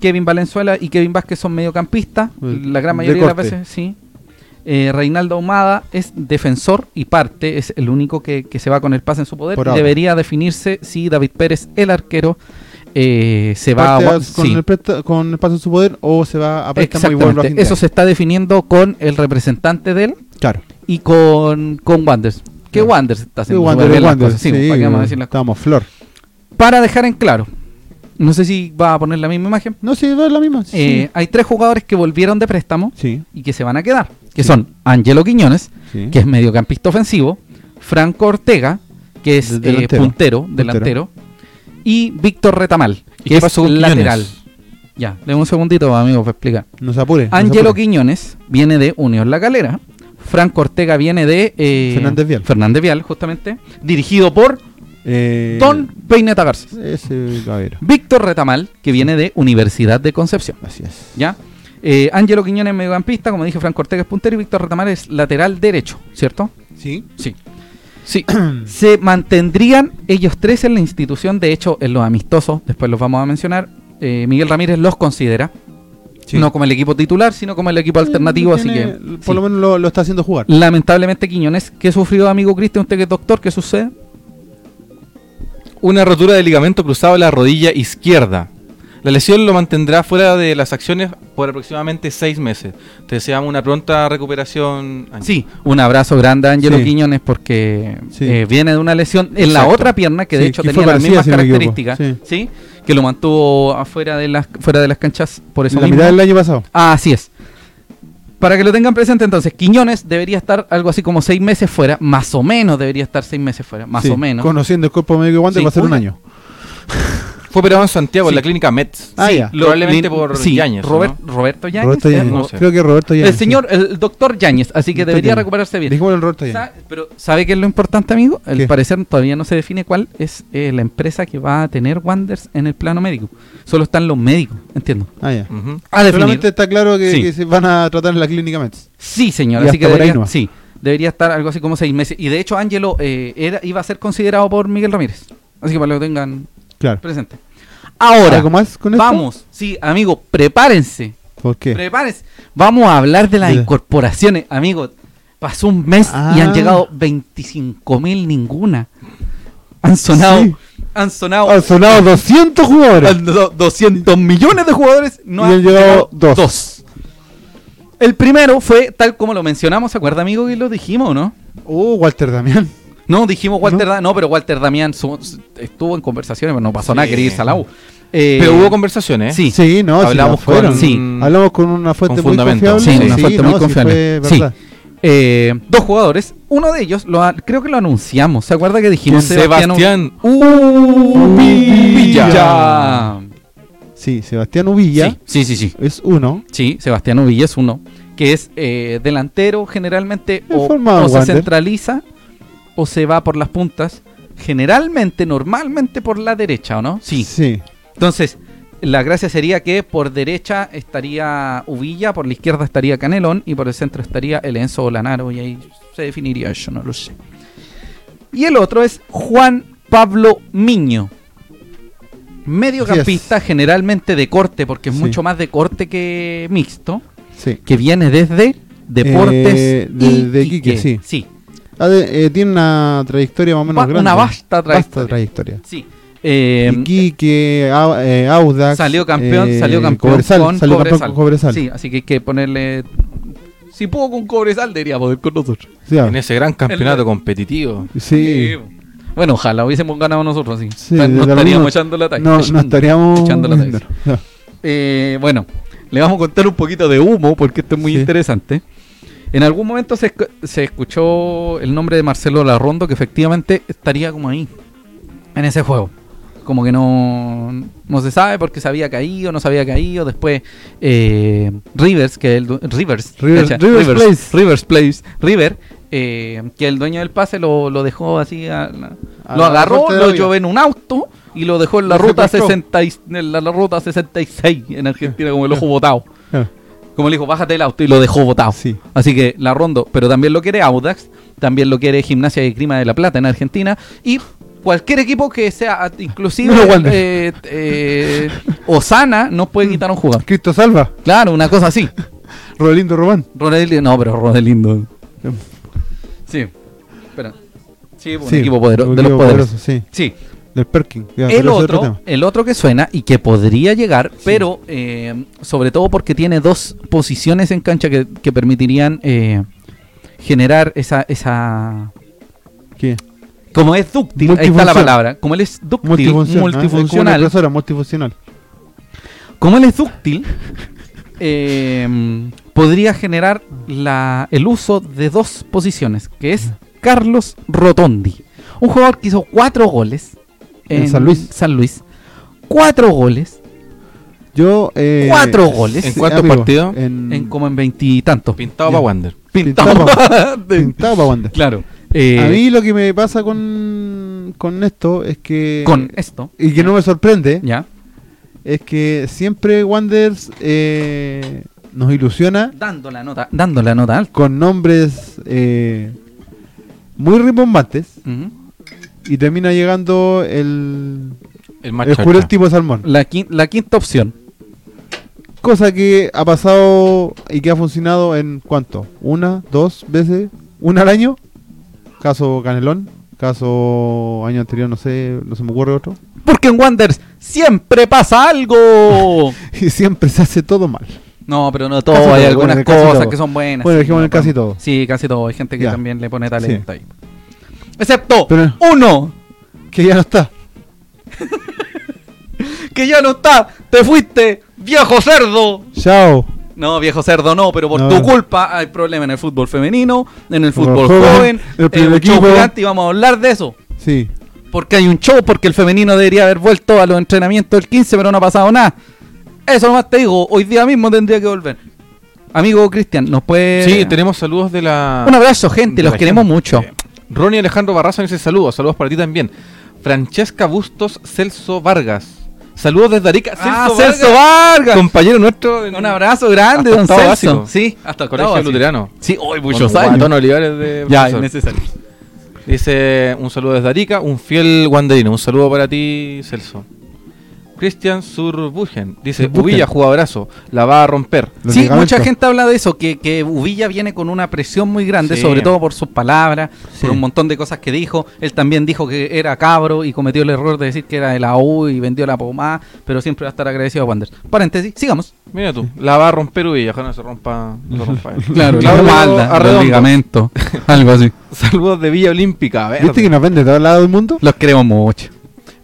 Speaker 2: Kevin Valenzuela y Kevin Vázquez son mediocampistas.
Speaker 1: Eh,
Speaker 2: La gran
Speaker 1: de
Speaker 2: mayoría de, las
Speaker 1: corte.
Speaker 2: veces, sí. Eh, Reinaldo Ahumada es defensor y parte, es el único que, que se va con el pase en su poder.
Speaker 1: Por ahora.
Speaker 2: Debería definirse si David Pérez, el arquero, eh, se va
Speaker 1: Parte
Speaker 2: a.
Speaker 1: a-
Speaker 2: Wa-
Speaker 1: con,
Speaker 2: sí.
Speaker 1: el presta- con el paso de su poder o se va a préstamo y vuelve a fin
Speaker 2: Exactamente.
Speaker 1: de
Speaker 2: Eso
Speaker 1: año.
Speaker 2: se está definiendo con el representante de él
Speaker 1: Claro.
Speaker 2: y con, con Wanders. Que
Speaker 1: Claro.
Speaker 2: Wanders está
Speaker 1: Sí,
Speaker 2: haciendo
Speaker 1: Wander,
Speaker 2: súper bien las
Speaker 1: Wander,
Speaker 2: cosas. Sí,
Speaker 1: sí,
Speaker 2: ¿para qué vamos a decir las cosas?
Speaker 1: Estamos flor.
Speaker 2: Para dejar en claro, no sé si va a poner la misma imagen.
Speaker 1: No, sí, es la misma. sí.
Speaker 2: eh, hay tres jugadores que volvieron de préstamo
Speaker 1: sí.
Speaker 2: y que se van a quedar, que
Speaker 1: Sí.
Speaker 2: son Angelo Quiñones,
Speaker 1: sí.
Speaker 2: que es mediocampista ofensivo, Franco Ortega, que es
Speaker 1: Del-
Speaker 2: eh,
Speaker 1: delantero.
Speaker 2: puntero, delantero, y Víctor Retamal,
Speaker 3: ¿Y
Speaker 2: que
Speaker 3: qué
Speaker 2: es
Speaker 3: pasó con Quiñones?
Speaker 2: lateral. Ya, denme un segundito, amigo, para explicar.
Speaker 1: Nos apure. nos
Speaker 2: Angelo
Speaker 1: apure.
Speaker 2: Quiñones viene de Unión La Calera. Franco Ortega viene de eh,
Speaker 1: Fernández Vial.
Speaker 2: Fernández Vial, justamente. Dirigido por
Speaker 1: Eh,
Speaker 2: Don Peineta Garza.
Speaker 1: Ese caballero.
Speaker 2: Víctor Retamal, que viene de Universidad de Concepción.
Speaker 1: Así es.
Speaker 2: ¿Ya? Eh, Ángelo Quiñones, mediocampista, como dije, Franco Ortega es puntero y Víctor Retamal es lateral derecho, ¿cierto?
Speaker 1: Sí.
Speaker 2: Sí.
Speaker 1: (clears throat)
Speaker 2: Sí. Se mantendrían ellos tres en la institución, de hecho, en los amistosos, después los vamos a mencionar. eh, Miguel Ramírez los considera, no como el equipo titular, sino como el equipo alternativo, así que...
Speaker 1: Por
Speaker 2: sí.
Speaker 1: lo menos lo, lo está haciendo jugar.
Speaker 2: Lamentablemente, Quiñones, ¿qué sufrió, amigo Cristian? Usted que es doctor, ¿qué sucede?
Speaker 3: Una rotura de ligamento cruzado en la rodilla izquierda. La lesión lo mantendrá fuera de las acciones por aproximadamente seis meses. Te deseamos una pronta recuperación. Ángel.
Speaker 2: Sí, un abrazo grande a Angelo
Speaker 1: Sí.
Speaker 2: Quiñones porque
Speaker 1: Sí.
Speaker 2: eh, viene de una lesión en la
Speaker 3: Exacto.
Speaker 2: otra pierna que de
Speaker 1: Sí,
Speaker 2: hecho
Speaker 1: que fue
Speaker 2: tenía las
Speaker 1: parecida,
Speaker 2: mismas
Speaker 1: si no me equivoco.
Speaker 2: características, sí. Que lo mantuvo afuera de las fuera de las canchas por eso
Speaker 1: la
Speaker 2: mismo.
Speaker 1: mitad del año pasado.
Speaker 2: Ah, así es. Para que lo tengan presente entonces, Quiñones debería estar algo así como seis meses fuera, más o menos debería estar seis meses fuera, más
Speaker 1: Sí,
Speaker 2: o menos.
Speaker 1: Conociendo el cuerpo médico de Wander
Speaker 2: Sí.
Speaker 1: va a ser un
Speaker 2: Uy.
Speaker 1: año.
Speaker 3: Fue operado en Santiago,
Speaker 2: Sí.
Speaker 3: en la clínica Mets.
Speaker 1: Ah, ya.
Speaker 2: Lo-
Speaker 3: probablemente
Speaker 2: Lin-
Speaker 3: por
Speaker 2: sí,
Speaker 3: Yáñez,
Speaker 2: Robert-
Speaker 3: ¿no?
Speaker 2: Roberto Yáñez.
Speaker 1: Roberto
Speaker 2: ¿eh?
Speaker 1: Yáñez.
Speaker 3: no sé.
Speaker 1: Creo que Roberto Yáñez.
Speaker 2: El señor, el doctor Yáñez, así que
Speaker 1: Doctor
Speaker 2: debería
Speaker 1: Yáñez.
Speaker 2: recuperarse bien.
Speaker 1: Dijimos el Roberto Yáñez.
Speaker 2: Sa- Pero ¿sabe qué es lo importante, amigo? Al
Speaker 1: ¿Qué?
Speaker 2: parecer todavía no se define cuál es eh, la empresa que va a tener Wanders en el plano médico. Solo están los médicos, entiendo.
Speaker 1: Ah, ya.
Speaker 3: Ujú.
Speaker 2: A definir.
Speaker 1: Solamente está claro que,
Speaker 2: Sí.
Speaker 1: que se van a tratar en la clínica Mets.
Speaker 2: Sí, señor.
Speaker 1: Y
Speaker 2: Así que
Speaker 1: hasta por ahí
Speaker 2: debería,
Speaker 1: nomás.
Speaker 2: sí, debería estar algo así como seis meses. Y de hecho, Ángelo eh, era, iba a ser considerado por Miguel Ramírez. Así que para que lo tengan
Speaker 1: Claro.
Speaker 2: presente. Ahora,
Speaker 1: ¿Algo más con esto?
Speaker 2: vamos. Sí, amigo, prepárense.
Speaker 1: ¿Por qué?
Speaker 2: Prepárense. Vamos a hablar de las
Speaker 1: Ya.
Speaker 2: incorporaciones, amigo. Pasó un mes y han
Speaker 1: Ah.
Speaker 2: llegado 25.000 ninguna. Han sonado,
Speaker 1: Sí.
Speaker 2: han sonado
Speaker 1: Han sonado 200 jugadores.
Speaker 2: al- do- 200 millones de jugadores. No
Speaker 1: Y
Speaker 2: han
Speaker 1: han llegado dos.
Speaker 2: El primero fue tal como lo mencionamos, ¿se acuerda, amigo, que lo dijimos, no?
Speaker 1: Oh, Walter Damián.
Speaker 2: No, dijimos Walter
Speaker 1: ¿No?
Speaker 2: Damián, no, pero Walter Damián su- su- estuvo en conversaciones, pero no pasó nada,
Speaker 3: Sí.
Speaker 2: quería irse a la U. Eh,
Speaker 3: Pero hubo conversaciones. ¿eh?
Speaker 2: Sí.
Speaker 1: Sí, no,
Speaker 3: Hablamos
Speaker 1: sí, fueron.
Speaker 3: con-
Speaker 2: sí.
Speaker 1: Hablamos con una fuente
Speaker 3: Con
Speaker 1: muy
Speaker 3: fundamento.
Speaker 1: confiable.
Speaker 2: Sí, una fuente muy
Speaker 1: no,
Speaker 2: confiable.
Speaker 1: fue
Speaker 2: Sí.
Speaker 1: verdad.
Speaker 2: Eh, dos jugadores, uno de ellos lo a- creo que lo anunciamos, ¿se acuerda que dijimos
Speaker 3: Sebastián,
Speaker 1: Ubilla.
Speaker 2: Ubilla?
Speaker 1: Sí, Sebastián Uvilla
Speaker 2: Sí, sí, sí, sí.
Speaker 1: es uno.
Speaker 2: Sí, Sebastián Uvilla es uno, que es eh, delantero generalmente
Speaker 1: Eh,
Speaker 2: o,
Speaker 1: formado
Speaker 2: o
Speaker 1: en
Speaker 2: se
Speaker 1: Wander.
Speaker 2: centraliza o se va por las puntas, generalmente, normalmente por la derecha, ¿o no? Sí.
Speaker 1: Sí.
Speaker 2: Entonces, la gracia sería que por derecha estaría Uvilla, por la izquierda estaría Canelón y por el centro estaría el Enzo Olanaro y ahí se definiría eso, no lo sé. Y el otro es Juan Pablo Miño. Mediocampista generalmente de corte, porque es
Speaker 1: Sí.
Speaker 2: mucho más de corte que mixto,
Speaker 1: Sí.
Speaker 2: que viene desde Deportes
Speaker 1: Eh, de-
Speaker 2: y
Speaker 1: de Eh, Iquique, sí. Ah, de- eh, tiene una trayectoria más o menos
Speaker 2: Va-
Speaker 1: grande.
Speaker 2: una vasta
Speaker 1: Vasta
Speaker 2: trayectoria.
Speaker 1: trayectoria.
Speaker 2: Sí. Eh,
Speaker 1: Iquique, Au- eh, Audax.
Speaker 2: salió campeón,
Speaker 1: eh,
Speaker 2: salió campeón
Speaker 1: Cobresal,
Speaker 2: con
Speaker 1: salió
Speaker 2: Cobresal.
Speaker 1: campeón con Cobresal.
Speaker 2: Sí, así que hay que ponerle si puedo con Cobresal debería poder con nosotros.
Speaker 1: Sí, ah,
Speaker 3: En ese gran campeonato competitivo.
Speaker 1: sí.
Speaker 2: Bueno, ojalá hubiésemos ganado nosotros así.
Speaker 1: Sí,
Speaker 2: no
Speaker 1: desde
Speaker 2: estaríamos
Speaker 1: algunos-
Speaker 2: echando la talla.
Speaker 1: No, no
Speaker 2: Echando-
Speaker 1: estaríamos. Ah,
Speaker 2: echando la talla.
Speaker 1: (laughs) No.
Speaker 2: Eh, bueno, le vamos a contar un poquito de humo porque esto es muy
Speaker 1: Sí.
Speaker 2: interesante. En algún momento se, escu- se escuchó el nombre de Marcelo Larrondo que efectivamente estaría como ahí, en ese juego. Como que no, no se sabe porque se había caído, no se había caído. Después eh, Rivers, que el du- Rivers,
Speaker 1: Rivers-
Speaker 2: ¿cachai?
Speaker 1: Rivers Place.
Speaker 2: Rivers Place, River, eh, que el dueño del pase lo, lo dejó así, a la-
Speaker 1: A
Speaker 2: lo
Speaker 1: la
Speaker 2: agarró,
Speaker 1: puerta de la
Speaker 2: lo
Speaker 1: vía.
Speaker 2: llevó en un auto y lo dejó en la
Speaker 1: Lo
Speaker 2: ruta
Speaker 1: secuestró.
Speaker 2: 60 y- en la, la ruta 66 en Argentina como el ojo botado.
Speaker 1: Ah,
Speaker 2: Como le dijo, bájate del auto y lo dejó botado.
Speaker 1: Sí.
Speaker 2: Así que la rondo, pero también lo quiere Audax, también lo quiere Gimnasia y Grima de la Plata en Argentina y cualquier equipo que sea ah, inclusive
Speaker 1: No, Wander.
Speaker 2: eh, eh, Osana no puede
Speaker 1: Mm.
Speaker 2: quitar un jugador.
Speaker 1: Cristo Salva,
Speaker 2: Claro, una cosa así.
Speaker 1: Rodelindo Román.
Speaker 2: Ronaldinho, no, pero Ronaldinho. Sí. Espera. Sí, un equipo poderoso,
Speaker 1: un
Speaker 2: de los
Speaker 1: equipo
Speaker 2: poderosos.
Speaker 1: poderoso, Sí,
Speaker 2: Sí.
Speaker 1: del Perkin. ya,
Speaker 2: el
Speaker 1: pero ese es
Speaker 2: otro,
Speaker 1: tema.
Speaker 2: el otro que suena y que podría llegar, pero eh, sobre todo porque tiene dos posiciones en cancha que, que permitirían eh, generar esa, esa...
Speaker 1: ¿Qué?
Speaker 2: Como es dúctil, ahí está la
Speaker 1: Multifunción.
Speaker 2: palabra. Como él es dúctil,
Speaker 1: Multifunción, ¿no? Es como una
Speaker 2: multifuncional.
Speaker 1: impresora multifuncional.
Speaker 2: Como él es dúctil, (laughs) eh, podría generar la- el uso de dos posiciones, que es Carlos Rotondi. Un jugador que hizo cuatro goles
Speaker 1: En San Luis.
Speaker 2: San Luis. Cuatro goles.
Speaker 1: Yo. eh,
Speaker 2: Cuatro goles.
Speaker 3: ¿En cuántos
Speaker 1: amigo,
Speaker 3: partidos?
Speaker 1: En,
Speaker 2: En como en veintitantos.
Speaker 3: Pintado
Speaker 1: Ya.
Speaker 3: para Wander.
Speaker 1: Pintado. (laughs)
Speaker 2: De-
Speaker 1: pintado pa' Wander.
Speaker 2: (laughs) Claro. eh,
Speaker 1: A mí lo que me pasa con, con esto es que.
Speaker 2: con esto.
Speaker 1: eh, Y que no me sorprende.
Speaker 2: Ya.
Speaker 1: Es que siempre Wanders eh, nos ilusiona
Speaker 2: Dando la nota. Dando la nota alta.
Speaker 1: con nombres eh, muy rimbombantes
Speaker 2: Ujú.
Speaker 1: y termina llegando el,
Speaker 3: El
Speaker 1: el
Speaker 3: macho.
Speaker 1: jurel tipo salmón.
Speaker 2: La, quin- la quinta opción.
Speaker 1: Cosa que ha pasado y que ha funcionado en cuánto? ¿Una, dos veces? ¿Una al año? Caso Canelón, caso año anterior, no sé, no se me ocurre otro. (laughs)
Speaker 2: Porque en Wanderers siempre pasa
Speaker 1: (laughs)
Speaker 2: algo.
Speaker 1: Y siempre se hace todo mal.
Speaker 2: No, pero no
Speaker 1: Casi
Speaker 2: todo. Hay
Speaker 1: todo,
Speaker 2: algunas
Speaker 1: bueno, casi
Speaker 2: cosas
Speaker 1: todo.
Speaker 2: que son buenas.
Speaker 1: Bueno,
Speaker 2: sí,
Speaker 1: dejemos
Speaker 2: no,
Speaker 1: en el casi
Speaker 2: pero-
Speaker 1: todo.
Speaker 2: Sí, casi todo. Hay gente que
Speaker 1: Ya.
Speaker 2: también le pone talento ahí. Excepto
Speaker 1: Pero-
Speaker 2: uno
Speaker 1: Que ya no está.
Speaker 2: que ya no está. Te fuiste, viejo cerdo.
Speaker 1: Chao.
Speaker 2: No, viejo cerdo, no, pero por
Speaker 1: No.
Speaker 2: tu culpa hay problema en el fútbol femenino, en el fútbol
Speaker 1: Fútbol joven,
Speaker 2: joven,
Speaker 1: el
Speaker 2: en
Speaker 1: primer
Speaker 2: el show
Speaker 1: equipo.
Speaker 2: gigante y vamos a hablar de eso.
Speaker 1: Sí.
Speaker 2: Porque hay un show, porque el femenino debería haber vuelto a los entrenamientos el 15, pero no ha pasado nada. Eso nomás te digo, hoy día mismo tendría que volver. Amigo Cristian, nos puede...
Speaker 3: Sí, tenemos saludos de la.
Speaker 2: Un abrazo, gente,
Speaker 3: de
Speaker 2: los
Speaker 3: la
Speaker 2: queremos
Speaker 3: gente.
Speaker 2: mucho.
Speaker 3: Ronnie Alejandro Barraza dice saludos, saludos para ti también. Francesca Bustos, Celso Vargas. Saludos desde Arica.
Speaker 2: Ah, Celso Vargas.
Speaker 3: Compañero nuestro. en-
Speaker 2: Un abrazo grande,
Speaker 3: Hasta
Speaker 2: don
Speaker 3: octavo
Speaker 2: Celso.
Speaker 3: básico.
Speaker 2: Sí, hasta
Speaker 3: Colegio
Speaker 2: octavo básico.
Speaker 3: Luterano.
Speaker 2: Sí, hoy
Speaker 3: Con
Speaker 2: muchos
Speaker 3: Guatón
Speaker 2: años.
Speaker 3: Olivares de
Speaker 2: Ya,
Speaker 3: profesor.
Speaker 2: innecesario.
Speaker 3: Dice un saludo desde Arica, un fiel guanderino. Un saludo para ti, Celso. Cristian Surbugen dice:
Speaker 1: Surbugen.
Speaker 3: Ubilla, jugadorazo, la va a romper.
Speaker 1: Los
Speaker 2: Sí,
Speaker 1: ligamentos.
Speaker 2: mucha gente habla de eso, que, que Uvilla viene con una presión muy grande,
Speaker 3: Sí.
Speaker 2: sobre todo por sus palabras,
Speaker 1: Sí.
Speaker 2: por un montón de cosas que dijo. Él también dijo que era cabro y cometió el error de decir que era de la U y vendió la pomada, pero siempre va a estar agradecido a Wander. Paréntesis, sigamos.
Speaker 3: Mira tú, la va a romper Ubilla, ojalá no se rompa. No se
Speaker 1: (laughs)
Speaker 3: rompa él.
Speaker 2: (laughs) la
Speaker 3: Claudio
Speaker 2: espalda, los
Speaker 3: Arredondo.
Speaker 2: ligamentos, algo así.
Speaker 3: Saludos de Villa Olímpica. verde.
Speaker 1: ¿Viste que nos vende de todo lado del mundo?
Speaker 2: Los queremos mucho.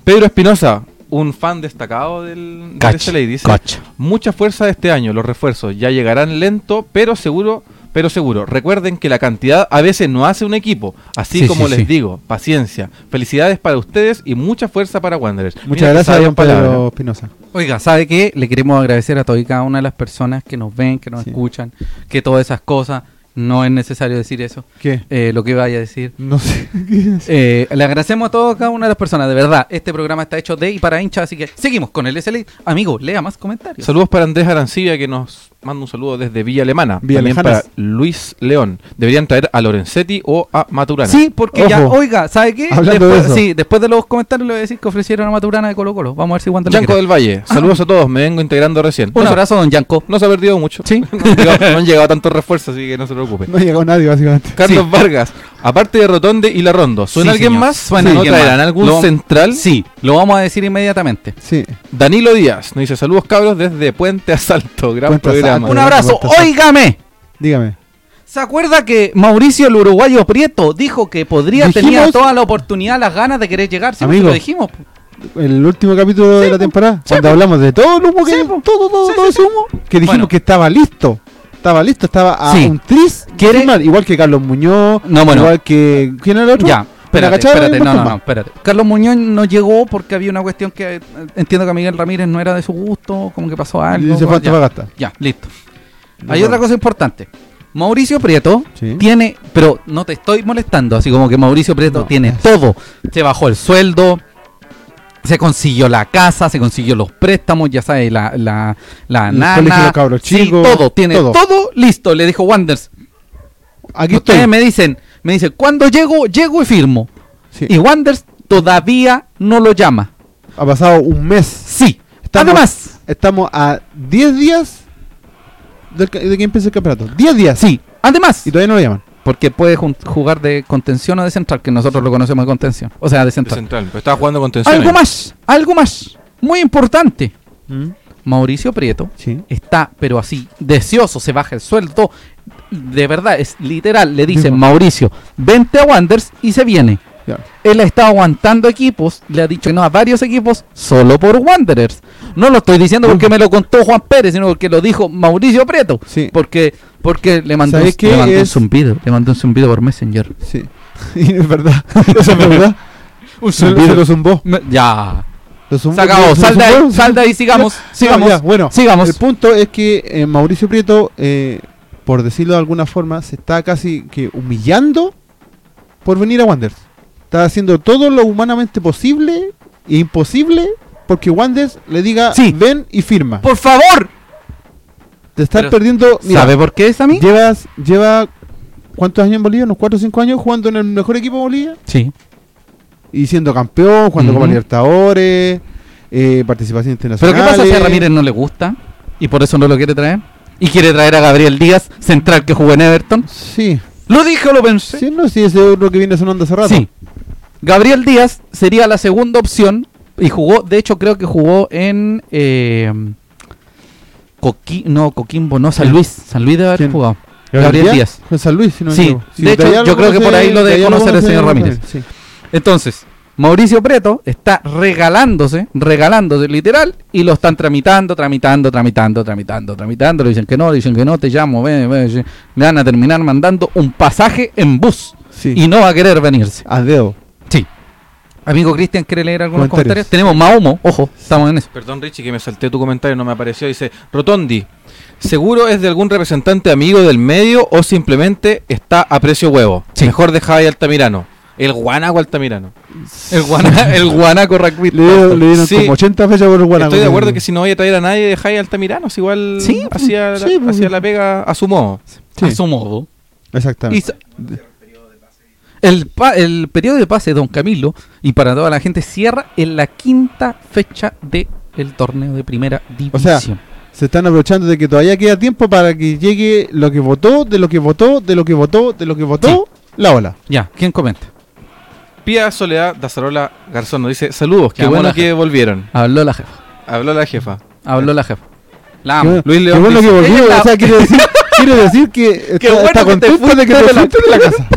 Speaker 3: Pedro Espinosa, un fan destacado del, del SLA, dice:
Speaker 2: cacha.
Speaker 3: Mucha fuerza este año, los refuerzos ya llegarán lento, pero seguro, pero seguro. Recuerden que la cantidad a veces no hace un equipo. Así
Speaker 2: Sí,
Speaker 3: como
Speaker 2: sí,
Speaker 3: les
Speaker 2: sí.
Speaker 3: digo, paciencia. Felicidades para ustedes y mucha fuerza para Wanderers. Mira
Speaker 1: Muchas
Speaker 3: que
Speaker 1: gracias,
Speaker 3: sabias
Speaker 1: don Pedro
Speaker 3: palabras.
Speaker 1: Espinosa.
Speaker 2: Oiga, ¿sabe qué? Le queremos agradecer a todas y cada una de las personas que nos ven, que nos
Speaker 1: Sí.
Speaker 2: escuchan, que todas esas cosas, no es necesario decir eso,
Speaker 1: ¿Qué?
Speaker 2: eh, lo que vaya a decir.
Speaker 1: No sé (laughs) qué es.
Speaker 2: Eh, le agradecemos a todos cada una de las personas, de verdad. Este programa está hecho de y para hinchas, así que seguimos con el SLA. Amigo, lea más comentarios.
Speaker 3: Saludos para Andrés Arancibia que nos manda un saludo desde Villa Alemana.
Speaker 1: Villa
Speaker 3: También
Speaker 1: Lejanas.
Speaker 3: para Luis León. Deberían traer a Lorenzetti o a Maturana.
Speaker 2: Sí, porque ya,
Speaker 1: Ojo.
Speaker 2: oiga, ¿sabe qué?
Speaker 1: Hablando de
Speaker 2: después,
Speaker 1: eso.
Speaker 2: sí, después de los comentarios le voy a decir que ofrecieron a Maturana de Colo Colo. Vamos a ver si Wander lo
Speaker 3: Yanco
Speaker 2: quiere.
Speaker 3: del Valle. Saludos a todos. Me vengo integrando recién.
Speaker 2: Ah. Un
Speaker 3: No se-
Speaker 2: abrazo, don Yanko.
Speaker 3: No se ha perdido mucho.
Speaker 2: Sí.
Speaker 3: (laughs) No han llegado, no han llegado tantos refuerzos, así que no se preocupe.
Speaker 1: No ha llegado nadie, básicamente.
Speaker 3: Carlos Vargas, aparte de Rotonde y La Rondo, ¿suena
Speaker 2: Sí,
Speaker 3: alguien
Speaker 2: señor.
Speaker 3: más?
Speaker 2: Suena
Speaker 3: ¿No
Speaker 2: alguien
Speaker 3: traerán
Speaker 2: más.
Speaker 3: algún
Speaker 2: Lo-
Speaker 3: central?
Speaker 2: Sí, lo vamos a decir inmediatamente.
Speaker 1: Sí.
Speaker 3: Danilo Díaz nos dice saludos cabros desde Puente Asalto, gran
Speaker 1: Puente
Speaker 3: programa.
Speaker 1: Asalto.
Speaker 2: Un abrazo,
Speaker 1: Bueno,
Speaker 2: óigame.
Speaker 1: Dígame.
Speaker 2: ¿Se acuerda que Mauricio el uruguayo Prieto dijo que podría
Speaker 1: Dijimos-
Speaker 2: tenía toda la oportunidad, las ganas de querer llegar? Sí, porque
Speaker 1: Amigo.
Speaker 2: lo dijimos. po.
Speaker 1: El último capítulo de
Speaker 2: Sí,
Speaker 1: la
Speaker 2: po.
Speaker 1: temporada,
Speaker 2: Sí,
Speaker 1: cuando
Speaker 2: po.
Speaker 1: hablamos de todo el humo que.
Speaker 2: Sí, po.
Speaker 1: todo, todo,
Speaker 2: Sí,
Speaker 1: todo
Speaker 2: sí,
Speaker 1: ese humo. Que dijimos
Speaker 2: Bueno.
Speaker 1: que estaba listo. Estaba listo, estaba a
Speaker 2: Sí.
Speaker 1: un tris.
Speaker 2: ¿Quiere-
Speaker 1: sin mal, Igual que Carlos Muñoz.
Speaker 2: No, bueno.
Speaker 1: Igual que. ¿Quién era el otro?
Speaker 2: Ya,
Speaker 1: Pero
Speaker 2: espérate, espérate, no, no, no, espérate. Carlos Muñoz no llegó porque había una cuestión que eh, entiendo que a Miguel Ramírez no era de su gusto, como que pasó algo.
Speaker 1: Y Ah, se fue a
Speaker 2: ya,
Speaker 1: Antofagasta.
Speaker 2: ya, listo.
Speaker 1: De
Speaker 2: Hay
Speaker 1: acuerdo.
Speaker 2: otra cosa importante. Mauricio Prieto
Speaker 1: Sí.
Speaker 2: tiene, pero no te estoy molestando, así como que Mauricio Prieto
Speaker 1: No,
Speaker 2: tiene
Speaker 1: es-
Speaker 2: todo. Se bajó el sueldo, se consiguió la casa, se consiguió los préstamos, ya sabes, la, la, la
Speaker 1: El
Speaker 2: nana.
Speaker 1: colegio de cabros
Speaker 2: Sí,
Speaker 1: chicos,
Speaker 2: todo, tiene todo.
Speaker 1: todo.
Speaker 2: listo, le dijo Wanders.
Speaker 1: Aquí
Speaker 2: Ustedes
Speaker 1: estoy.
Speaker 2: me dicen, me dicen, cuando llego, llego y firmo.
Speaker 1: Sí.
Speaker 2: Y Wanders todavía no lo llama.
Speaker 1: Ha pasado un mes.
Speaker 2: Sí.
Speaker 1: Estamos-
Speaker 2: Además,
Speaker 1: Estamos a 10 días del ca- de que empiece el campeonato. 10 días.
Speaker 2: sí. Además,
Speaker 1: Y todavía no lo llaman.
Speaker 2: porque puede jun- jugar de contención o de central, que nosotros lo conocemos de contención. O sea, de
Speaker 3: De
Speaker 2: central.
Speaker 3: central, pero estaba jugando con tensión.
Speaker 2: Algo
Speaker 3: ahí.
Speaker 2: más, algo más. Muy importante. Mm. Mauricio Prieto
Speaker 1: Sí.
Speaker 2: está, pero así, deseoso, se baja el sueldo. De verdad, es literal. Le dicen,
Speaker 1: Digo.
Speaker 2: Mauricio, vente a Wanders y se viene.
Speaker 1: Ya.
Speaker 2: Él ha estado aguantando equipos, le ha dicho que no a varios equipos, solo por Wanderers. No lo estoy diciendo porque me lo contó Juan Pérez, sino porque lo dijo Mauricio Prieto.
Speaker 1: Sí.
Speaker 2: Porque, porque le mandó, un,
Speaker 1: ¿Sabes qué
Speaker 2: le mandó un
Speaker 1: es?
Speaker 2: zumbido, le mandó un zumbido por Messenger.
Speaker 1: (laughs) Sí. Y es verdad. Eso es verdad.
Speaker 2: Un
Speaker 1: Se, se lo zumbó.
Speaker 2: ya.
Speaker 1: Resum-
Speaker 2: Se acabó.
Speaker 1: resum-
Speaker 2: Sal de ahí,
Speaker 1: resum-
Speaker 2: sal de ahí, sigamos. Sigamos.
Speaker 1: Ya, bueno,
Speaker 2: Sigamos.
Speaker 1: el punto es que eh, Mauricio Prieto, eh, por decirlo de alguna forma, se está casi que humillando por venir a Wanderers. Está haciendo todo lo humanamente posible e imposible porque Wanderers le diga
Speaker 2: Sí.
Speaker 1: ven y firma.
Speaker 2: Por favor.
Speaker 1: Te estás
Speaker 2: Pero,
Speaker 1: perdiendo. mira,
Speaker 2: ¿Sabe por qué es a mí?
Speaker 1: Llevas, lleva cuántos años en Bolivia, unos 4 o 5 años jugando en el mejor equipo de Bolivia
Speaker 2: Sí.
Speaker 1: y siendo campeón, jugando
Speaker 2: Ujú.
Speaker 1: Copa Libertadores, eh, participación
Speaker 2: ¿Pero
Speaker 1: internacional.
Speaker 2: qué pasa si a Ramírez no le gusta y por eso no lo quiere traer? ¿Y quiere traer a Gabriel Díaz, central que jugó en Everton?
Speaker 1: Sí,
Speaker 2: ¿Lo dije o lo pensé?
Speaker 1: sí, no, sí, ese es lo que viene sonando hace rato.
Speaker 2: Sí. Gabriel Díaz sería la segunda opción y jugó, de hecho creo que jugó en eh, Coqui- no, Coquimbo, no, San
Speaker 1: ¿Quién?
Speaker 2: Luis. San Luis debe haber
Speaker 1: ¿Quién?
Speaker 2: jugado. Gabriel Díaz.
Speaker 1: En San Luis, si no me
Speaker 2: Sí,
Speaker 1: equivoco.
Speaker 2: de hecho,
Speaker 1: allá
Speaker 2: yo creo que por ahí lo debe
Speaker 1: allá
Speaker 2: conocer el
Speaker 1: conoce
Speaker 2: señor Ramírez.
Speaker 1: Sí.
Speaker 2: Entonces, Mauricio Preto está regalándose, regalándose literal, y lo están tramitando, tramitando, tramitando, tramitando, tramitando. Le dicen que no, le dicen que no, te llamo, ven, ven. ven. Le van a terminar mandando un pasaje en bus
Speaker 1: Sí.
Speaker 2: y no va a querer venirse.
Speaker 1: A dedo.
Speaker 2: Sí. Amigo Cristian, ¿quiere leer algunos comentarios?
Speaker 1: Comentarios.
Speaker 2: Tenemos Mahomo, ojo, estamos en eso.
Speaker 3: Perdón, Richie, que me salté tu comentario, no me apareció. Dice, Rotondi, ¿seguro es de algún representante amigo del medio o simplemente está a precio huevo?
Speaker 2: Sí.
Speaker 3: Mejor de Javi Altamirano. El guanaco Altamirano.
Speaker 2: El, guana, el guanaco rugby.
Speaker 1: Le, dieron- le dieron
Speaker 3: Sí.
Speaker 1: como 80 fechas por el Guanaco.
Speaker 3: Estoy de acuerdo que si no voy a traer a nadie de Javi Altamirano, si igual
Speaker 2: Sí, pues,
Speaker 3: hacía,
Speaker 1: sí,
Speaker 3: la,
Speaker 1: pues,
Speaker 3: hacía
Speaker 1: sí.
Speaker 3: la pega a su modo.
Speaker 1: Sí,
Speaker 2: A su modo. Y
Speaker 1: Exactamente.
Speaker 2: sa- el, pa- el periodo de pase, don Camilo, y para toda la gente, cierra en la quinta fecha del torneo de primera
Speaker 1: O sea,
Speaker 2: división.
Speaker 1: Se están aprovechando de que todavía queda tiempo para que llegue lo que votó, de lo que votó, de lo que votó, de lo que votó, la ola.
Speaker 2: ya, ¿quién comenta?
Speaker 3: Pía Soledad Dazarola Garzón nos dice, saludos, qué
Speaker 2: Llamó
Speaker 3: bueno
Speaker 2: la
Speaker 3: que volvieron.
Speaker 2: Habló la jefa.
Speaker 3: Habló la jefa.
Speaker 2: Habló la jefa. La
Speaker 1: Qué
Speaker 2: amo.
Speaker 1: bueno-
Speaker 3: Luis
Speaker 1: qué
Speaker 3: León
Speaker 1: bueno que
Speaker 3: dice,
Speaker 1: volvió,
Speaker 2: "Ella
Speaker 1: o sea, quiere
Speaker 2: (laughs)
Speaker 1: decir, quiere decir que está,
Speaker 2: bueno
Speaker 1: está
Speaker 2: que te
Speaker 1: contento de que
Speaker 2: fuiste
Speaker 1: te
Speaker 2: de la-
Speaker 1: fuiste de la casa.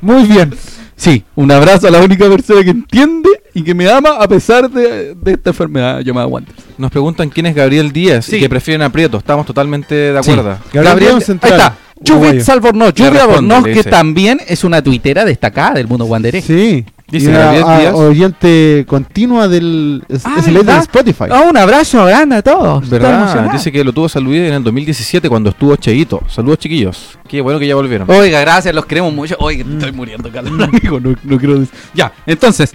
Speaker 1: Muy bien.
Speaker 2: Sí, un abrazo a la única persona que entiende y que me ama a pesar de, de esta enfermedad llamada Wanderers.
Speaker 3: Nos preguntan quién es Gabriel Díaz
Speaker 2: Sí.
Speaker 3: y que prefieren a Prieto. Estamos totalmente de
Speaker 2: Sí.
Speaker 3: acuerdo.
Speaker 1: Gabriel,
Speaker 2: Gabriel,
Speaker 1: central.
Speaker 2: ahí está. Judith
Speaker 1: uruguayo.
Speaker 2: Salvornoz,
Speaker 3: Le
Speaker 2: Judith
Speaker 3: responde,
Speaker 2: Albornoz,
Speaker 3: le
Speaker 2: que
Speaker 3: dice.
Speaker 2: también es una tuitera destacada del mundo Wanderers.
Speaker 1: Sí.
Speaker 3: Dice
Speaker 1: Y a-
Speaker 3: Gabriel
Speaker 1: a-
Speaker 3: Díaz.
Speaker 1: oyente continua del es,
Speaker 2: Ah,
Speaker 1: es el
Speaker 2: ¿verdad?
Speaker 1: de Spotify.
Speaker 2: Ah, un abrazo grande a todos. Estoy
Speaker 3: ¿Verdad?
Speaker 2: emocionado.
Speaker 3: Dice que lo tuvo San Luis en el 2017 cuando estuvo Cheito. Saludos, chiquillos. Qué bueno que ya volvieron.
Speaker 2: Oiga, gracias, los queremos mucho. Oiga, estoy muriendo, calor, (laughs) amigo. No, no quiero decir. Ya, entonces,